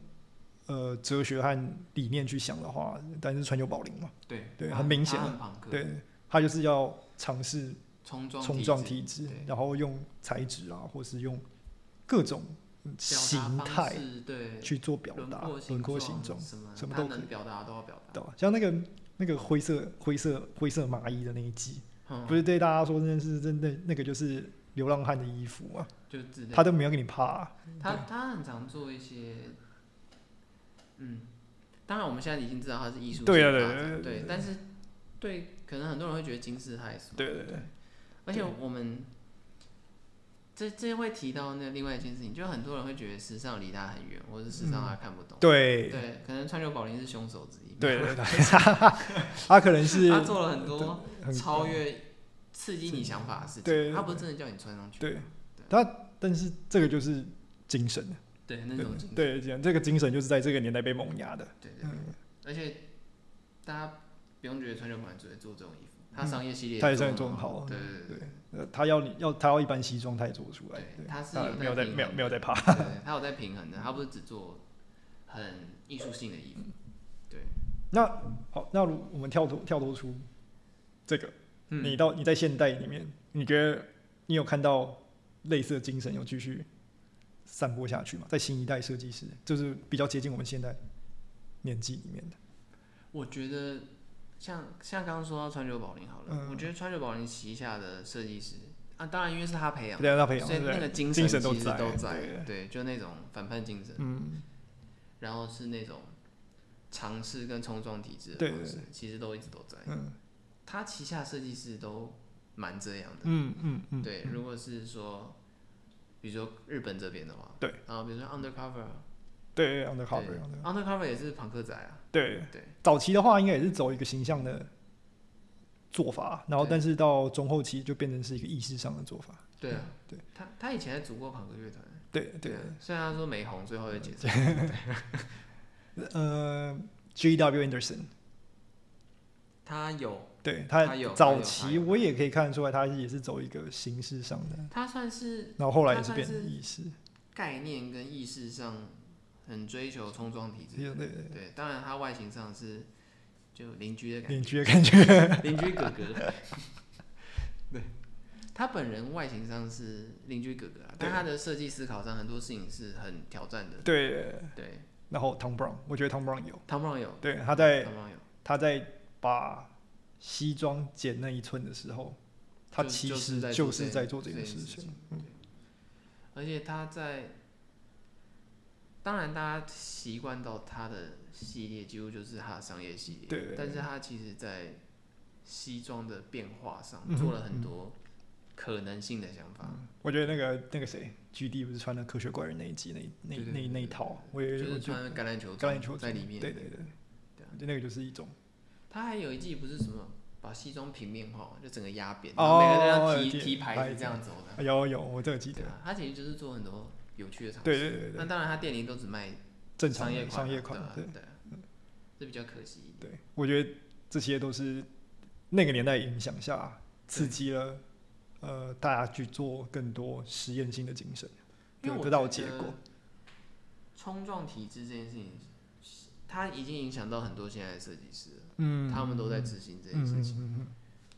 [SPEAKER 1] 呃哲学和理念去想的话，但是川久保玲嘛，
[SPEAKER 2] 对
[SPEAKER 1] 对
[SPEAKER 2] 他
[SPEAKER 1] 很明
[SPEAKER 2] 他
[SPEAKER 1] 显
[SPEAKER 2] 很朋克，
[SPEAKER 1] 对，他就是要尝试
[SPEAKER 2] 冲撞
[SPEAKER 1] 冲撞
[SPEAKER 2] 体
[SPEAKER 1] 体制
[SPEAKER 2] 对，
[SPEAKER 1] 然后用材质啊，或是用各种嗯
[SPEAKER 2] 表达
[SPEAKER 1] 形
[SPEAKER 2] 方
[SPEAKER 1] 态
[SPEAKER 2] 式对
[SPEAKER 1] 去做表
[SPEAKER 2] 轮
[SPEAKER 1] 达
[SPEAKER 2] 廓，
[SPEAKER 1] 轮廓形状
[SPEAKER 2] 状，什么
[SPEAKER 1] 什么
[SPEAKER 2] 他
[SPEAKER 1] 都可
[SPEAKER 2] 能
[SPEAKER 1] 以
[SPEAKER 2] 表达都要表达，
[SPEAKER 1] 对吧？像那个那个灰色灰色灰色麻衣的那一集，
[SPEAKER 2] 嗯
[SPEAKER 1] 不是对大家说那是真的那个就是流浪汉的衣服啊嘛，
[SPEAKER 2] 就之类的
[SPEAKER 1] 他都没有给你怕啊、
[SPEAKER 2] 他他很常做一些，嗯，当然我们现在已经知道它是艺术性
[SPEAKER 1] 对啊
[SPEAKER 2] 发
[SPEAKER 1] 对啊
[SPEAKER 2] 展
[SPEAKER 1] 对啊对啊
[SPEAKER 2] 对，但是对，可能很多人会觉得惊世骇俗，
[SPEAKER 1] 对对对，
[SPEAKER 2] 而且我们这这会提到那另外一件事情，就很多人会觉得时尚离他很远，或者是时尚他看不懂。
[SPEAKER 1] 嗯对
[SPEAKER 2] 对，可能川久保玲是凶手之一。
[SPEAKER 1] 对 对对，他可能是
[SPEAKER 2] 他做了很多
[SPEAKER 1] 很
[SPEAKER 2] 超越刺激你想法的事
[SPEAKER 1] 对
[SPEAKER 2] 情，他不是真的叫你穿上去。
[SPEAKER 1] 对，他但是这个就是精神，
[SPEAKER 2] 对，那种精神。
[SPEAKER 1] 对，这样这个精神就是在这个年代被萌芽的，
[SPEAKER 2] 对对
[SPEAKER 1] 嗯
[SPEAKER 2] 对，而且大家不用觉得川久保玲只会做这种衣服，他商业系
[SPEAKER 1] 嗯
[SPEAKER 2] 列
[SPEAKER 1] 他也算
[SPEAKER 2] 得
[SPEAKER 1] 做很好啊
[SPEAKER 2] 对对对
[SPEAKER 1] 呃，他要你要他要一般西装，他也做得出来，
[SPEAKER 2] 对
[SPEAKER 1] 对，
[SPEAKER 2] 他是
[SPEAKER 1] 没有在
[SPEAKER 2] 在平
[SPEAKER 1] 没有
[SPEAKER 2] 衡
[SPEAKER 1] 没有在怕，
[SPEAKER 2] 对，对他有在平衡的，他不是只做很艺术性的衣服。对，
[SPEAKER 1] 那好，那如我们跳脱跳脱出这个，
[SPEAKER 2] 嗯
[SPEAKER 1] 你到你在现代里面，你觉得你有看到类似的精神有继续散播下去吗？在新一代设计师，就是比较接近我们现代年纪里面的，
[SPEAKER 2] 我觉得像像刚刚说到川久保玲好了，
[SPEAKER 1] 嗯
[SPEAKER 2] 我觉得川久保玲旗下的设计师啊，当然因为是他培养的，
[SPEAKER 1] 对啊，那培养
[SPEAKER 2] 所以
[SPEAKER 1] 对不对
[SPEAKER 2] 那个精
[SPEAKER 1] 精
[SPEAKER 2] 其实
[SPEAKER 1] 神都
[SPEAKER 2] 都
[SPEAKER 1] 在
[SPEAKER 2] 对就那种反叛精神，
[SPEAKER 1] 嗯，
[SPEAKER 2] 然后是那种尝试跟冲撞体制的
[SPEAKER 1] 对
[SPEAKER 2] 方式，其实都一直都在。
[SPEAKER 1] 嗯
[SPEAKER 2] 他旗下设计师都蛮这样的，
[SPEAKER 1] 嗯嗯嗯，
[SPEAKER 2] 对，如果是说，比如说日本这边的话，
[SPEAKER 1] 对，嗯
[SPEAKER 2] 然后比如说 Undercover，
[SPEAKER 1] 对，undercover
[SPEAKER 2] 对
[SPEAKER 1] undercover，
[SPEAKER 2] Undercover 也是朋克仔啊，
[SPEAKER 1] 对
[SPEAKER 2] 对
[SPEAKER 1] 早期的话应该也是走一个形象的做法，然后
[SPEAKER 2] 对
[SPEAKER 1] 但是到中后期就变成是一个意识上的做法，
[SPEAKER 2] 对啊，
[SPEAKER 1] 对，
[SPEAKER 2] 他他以前还组过朋克乐团，
[SPEAKER 1] 对对
[SPEAKER 2] 啊，虽然他说没红，最后也解散，
[SPEAKER 1] 呃，G.W. Anderson，
[SPEAKER 2] 他有，
[SPEAKER 1] 对
[SPEAKER 2] 他有他
[SPEAKER 1] 早
[SPEAKER 2] 有他
[SPEAKER 1] 期
[SPEAKER 2] 有
[SPEAKER 1] 我也可以看得出来，他也是走一个形式上的，
[SPEAKER 2] 他算是
[SPEAKER 1] 然后后来
[SPEAKER 2] 他
[SPEAKER 1] 也是
[SPEAKER 2] 算
[SPEAKER 1] 变成
[SPEAKER 2] 是
[SPEAKER 1] 意识，
[SPEAKER 2] 概念跟意识上很追求冲撞体制
[SPEAKER 1] 对
[SPEAKER 2] 的，
[SPEAKER 1] 对对，
[SPEAKER 2] 对，当然他外形上是就邻居的 感
[SPEAKER 1] 邻居的感觉，
[SPEAKER 2] 觉，邻居 哥哥，对，他本人外形上是邻居哥哥啊，但
[SPEAKER 1] 对
[SPEAKER 2] 他的设计思考上很多事情是很挑战的，
[SPEAKER 1] 对。
[SPEAKER 2] 对
[SPEAKER 1] 然后 Tom Brown，我觉得 Tom Brown 有，
[SPEAKER 2] ，Tom Brown 有
[SPEAKER 1] 对，他在
[SPEAKER 2] ，Tom Brown 有，
[SPEAKER 1] 他在把西装剪那一寸的时候，他
[SPEAKER 2] 就
[SPEAKER 1] 其
[SPEAKER 2] 就是
[SPEAKER 1] 实
[SPEAKER 2] 在
[SPEAKER 1] 就
[SPEAKER 2] 做
[SPEAKER 1] 是
[SPEAKER 2] 这
[SPEAKER 1] 在
[SPEAKER 2] 件
[SPEAKER 1] 做这
[SPEAKER 2] 这
[SPEAKER 1] 件
[SPEAKER 2] 件
[SPEAKER 1] 事
[SPEAKER 2] 事
[SPEAKER 1] 情嗯
[SPEAKER 2] 情，而且他在，当然大家习惯到他的系列几乎就是他的商业系列，
[SPEAKER 1] 对对对
[SPEAKER 2] 但是他其实在西装的变化上
[SPEAKER 1] 嗯哼嗯
[SPEAKER 2] 做了很多可能性的想法，
[SPEAKER 1] 我觉得那个那个谁，G D 不是穿了科学怪人那一集那一
[SPEAKER 2] 对
[SPEAKER 1] 那
[SPEAKER 2] 对
[SPEAKER 1] 那
[SPEAKER 2] 对
[SPEAKER 1] 那一
[SPEAKER 2] 对
[SPEAKER 1] 套，我也
[SPEAKER 2] 就是
[SPEAKER 1] 我就
[SPEAKER 2] 穿橄榄球
[SPEAKER 1] 橄榄球
[SPEAKER 2] 装在
[SPEAKER 1] 装
[SPEAKER 2] 里面，
[SPEAKER 1] 对对对，
[SPEAKER 2] 对啊
[SPEAKER 1] 我觉得那个就是一种。
[SPEAKER 2] 他还有一季不是什么把西装平面化，就整个压扁，然后
[SPEAKER 1] 哦
[SPEAKER 2] 每个人要提
[SPEAKER 1] 有点
[SPEAKER 2] 提牌
[SPEAKER 1] 牌
[SPEAKER 2] 子
[SPEAKER 1] 子
[SPEAKER 2] 这样走的，
[SPEAKER 1] 啊有有，我这个记得
[SPEAKER 2] 对。啊，他其实就是做很多有趣的尝试。
[SPEAKER 1] 对对对
[SPEAKER 2] 那
[SPEAKER 1] 对，
[SPEAKER 2] 当然，他店里都只卖
[SPEAKER 1] 正常
[SPEAKER 2] 商业
[SPEAKER 1] 的商业
[SPEAKER 2] 款
[SPEAKER 1] 款
[SPEAKER 2] 嘛，，
[SPEAKER 1] 对
[SPEAKER 2] 对啊对啊，这比较可惜一点。
[SPEAKER 1] 对，我觉得这些都是那个年代影响下刺激了呃大家去做更多实验性的精神，
[SPEAKER 2] 因
[SPEAKER 1] 得
[SPEAKER 2] 为我
[SPEAKER 1] 得到结果。。
[SPEAKER 2] 冲撞体制这件事情，它已经影响到很多现在的设计师了，
[SPEAKER 1] 嗯，
[SPEAKER 2] 他们都在执行这件
[SPEAKER 1] 嗯
[SPEAKER 2] 事
[SPEAKER 1] 嗯
[SPEAKER 2] 情，
[SPEAKER 1] 嗯嗯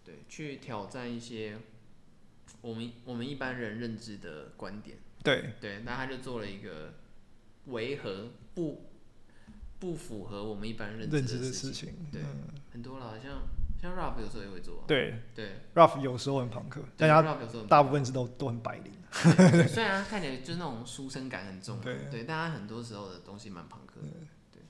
[SPEAKER 2] 对，去挑战一些我们我们一般人认知的观点，
[SPEAKER 1] 对
[SPEAKER 2] 对，那他就做了一个违和不不符合我们一般认
[SPEAKER 1] 认
[SPEAKER 2] 知
[SPEAKER 1] 知
[SPEAKER 2] 的
[SPEAKER 1] 的
[SPEAKER 2] 事
[SPEAKER 1] 事
[SPEAKER 2] 情，
[SPEAKER 1] 情，
[SPEAKER 2] 对
[SPEAKER 1] 嗯
[SPEAKER 2] 很多了，像像 rap 有时候也会做啊，
[SPEAKER 1] 对
[SPEAKER 2] 对，
[SPEAKER 1] ，Ruff 有时候很朋克，但他
[SPEAKER 2] rap 有时候很
[SPEAKER 1] 大部分是都都很白领，啊
[SPEAKER 2] 虽然它看起来就是那种书生感很重啊，
[SPEAKER 1] 对
[SPEAKER 2] 对，但它很多时候的东西蛮朋克的，对，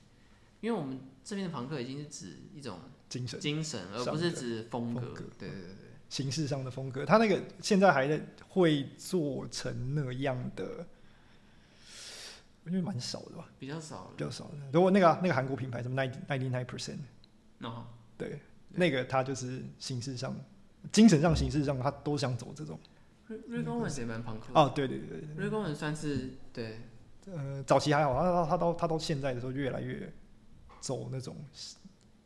[SPEAKER 2] 因为我们这边的朋克已经是指一种
[SPEAKER 1] 精神
[SPEAKER 2] 精神，而
[SPEAKER 1] 上的
[SPEAKER 2] 不是指风格
[SPEAKER 1] 风格，
[SPEAKER 2] 对对对对，
[SPEAKER 1] 形式上的风格，他那个现在还在会做成那样的，我觉得蛮少的吧。
[SPEAKER 2] 比较少了
[SPEAKER 1] 比。较少的。如果那个啊、那个韩国品牌什么 ninety ninety nine percent，
[SPEAKER 2] 哦，
[SPEAKER 1] 对，那个他就是形式上、精神上、形式上，他都想走这种。
[SPEAKER 2] 瑞瑞公文也蛮朋克的，
[SPEAKER 1] 哦，对对对，
[SPEAKER 2] 瑞公文算是对
[SPEAKER 1] 对呃，早期还好，他他他到他到现在的时候越来越走那种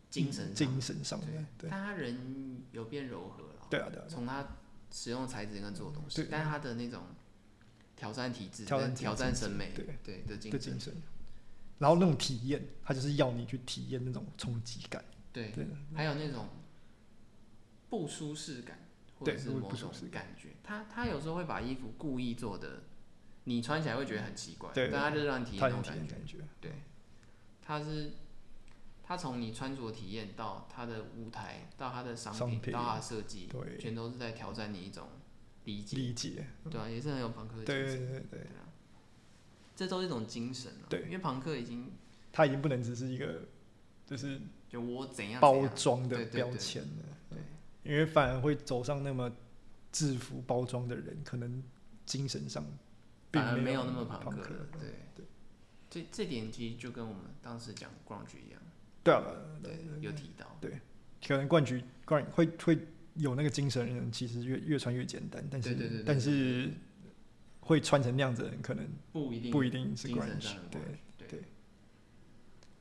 [SPEAKER 2] 精神上
[SPEAKER 1] 嗯精神上的，
[SPEAKER 2] 对，
[SPEAKER 1] 对
[SPEAKER 2] 但他人有变柔和了，
[SPEAKER 1] 对啊对啊，
[SPEAKER 2] 从他使用材质跟做东
[SPEAKER 1] 对
[SPEAKER 2] 西，但他的那种挑战体质
[SPEAKER 1] 挑战
[SPEAKER 2] 跟
[SPEAKER 1] 体制
[SPEAKER 2] 挑战审美，
[SPEAKER 1] 对
[SPEAKER 2] 对的精
[SPEAKER 1] 的
[SPEAKER 2] 神
[SPEAKER 1] 精，神。然后那种体验，他就是要你去体验那种冲击感，
[SPEAKER 2] 对
[SPEAKER 1] 对，
[SPEAKER 2] 还有那种不舒适感，或
[SPEAKER 1] 对
[SPEAKER 2] 者是
[SPEAKER 1] 会
[SPEAKER 2] 某
[SPEAKER 1] 不舒
[SPEAKER 2] 种
[SPEAKER 1] 适
[SPEAKER 2] 感觉。他他有时候会把衣服故意做的，你穿起来会觉得很奇怪，
[SPEAKER 1] 对
[SPEAKER 2] 但他就是让你体验
[SPEAKER 1] 他
[SPEAKER 2] 那
[SPEAKER 1] 有
[SPEAKER 2] 种
[SPEAKER 1] 体
[SPEAKER 2] 感
[SPEAKER 1] 验
[SPEAKER 2] 觉。
[SPEAKER 1] 感觉。
[SPEAKER 2] 对，他是他从你穿着体验到他的舞台，到他的商
[SPEAKER 1] 商
[SPEAKER 2] 品，
[SPEAKER 1] 品
[SPEAKER 2] 到他的设计，
[SPEAKER 1] 对
[SPEAKER 2] 全都是在挑战你一种理解，
[SPEAKER 1] 理解，
[SPEAKER 2] 对啊，也是很有朋克的
[SPEAKER 1] 对
[SPEAKER 2] 精
[SPEAKER 1] 对
[SPEAKER 2] 神，
[SPEAKER 1] 对对，
[SPEAKER 2] 对啊，这都是一种精神啊。
[SPEAKER 1] 对
[SPEAKER 2] 因为朋克已经
[SPEAKER 1] 他已经不能只是一个就是
[SPEAKER 2] 就我怎样怎
[SPEAKER 1] 包
[SPEAKER 2] 样
[SPEAKER 1] 装的
[SPEAKER 2] 对对对
[SPEAKER 1] 标签了，嗯
[SPEAKER 2] 对
[SPEAKER 1] 因为反而会走上那么制服包装的人，可能精神上并
[SPEAKER 2] 反而没
[SPEAKER 1] 有
[SPEAKER 2] 有那么
[SPEAKER 1] 朋
[SPEAKER 2] 朋克了，对
[SPEAKER 1] 对
[SPEAKER 2] 这这点其实就跟我们当时讲 grunge 一样，
[SPEAKER 1] 对啊，
[SPEAKER 2] 对，有提到，
[SPEAKER 1] 可能冠军冠会会有那个精神的人，其实越越穿越简单，但是
[SPEAKER 2] 对对对对
[SPEAKER 1] 但是会穿成那样子的人，可能
[SPEAKER 2] 不一定
[SPEAKER 1] 不一定是
[SPEAKER 2] 精神
[SPEAKER 1] grunge
[SPEAKER 2] 上的
[SPEAKER 1] 对，
[SPEAKER 2] grunge，
[SPEAKER 1] 对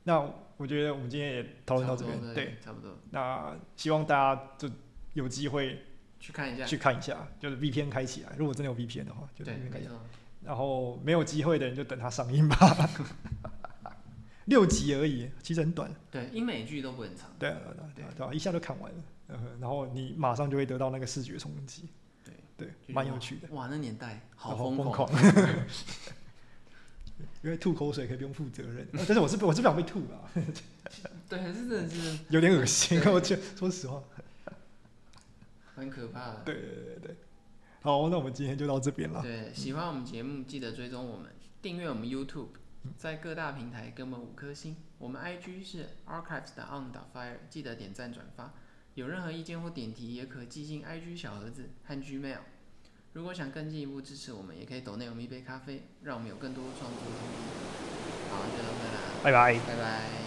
[SPEAKER 1] 那我觉得我们今天也讨论到这
[SPEAKER 2] 差不
[SPEAKER 1] 边，
[SPEAKER 2] 多
[SPEAKER 1] 对，，
[SPEAKER 2] 差不多
[SPEAKER 1] 那希望大家就有机会
[SPEAKER 2] 去看一下，
[SPEAKER 1] 去看一下，就是 VPN 开起来，如果真的有 VPN 的话，就
[SPEAKER 2] 对，
[SPEAKER 1] VPN 开
[SPEAKER 2] 没
[SPEAKER 1] 起来。
[SPEAKER 2] 错，
[SPEAKER 1] 然后没有机会的人就等它上映吧， 六集而已，其实很短。
[SPEAKER 2] 对，英美剧都不很长，
[SPEAKER 1] 对啊，对啊对啊对啊，一下就看完了，嗯然后你马上就会得到那个视觉冲击，
[SPEAKER 2] 对，
[SPEAKER 1] 对，
[SPEAKER 2] 就觉得
[SPEAKER 1] 蛮有趣的，
[SPEAKER 2] 哇，那年代好
[SPEAKER 1] 然后
[SPEAKER 2] 疯
[SPEAKER 1] 疯
[SPEAKER 2] 狂，
[SPEAKER 1] 狂， 因为吐口水可以不用负责 任，但是我是不我是不想被吐啊，
[SPEAKER 2] 对，还是真的是
[SPEAKER 1] 有点恶心，
[SPEAKER 2] 对
[SPEAKER 1] 我就说实话，
[SPEAKER 2] 很可怕的。
[SPEAKER 1] 对对对对对，好，那我们今天就到这边了，
[SPEAKER 2] 对，喜欢我们节目，记得追踪我们，订阅我们 YouTube，在各大平台给我们五颗星。我们 IG 是 archives 的 on 打 fire，记得点赞转发。有任何意见或点题，也可寄信 IG 小盒子和 Gmail。如果想更进一步支持我们，也可以抖内我们一杯咖啡，让我们有更多创作动力。好，就到这啦，
[SPEAKER 1] 拜拜。
[SPEAKER 2] 拜拜。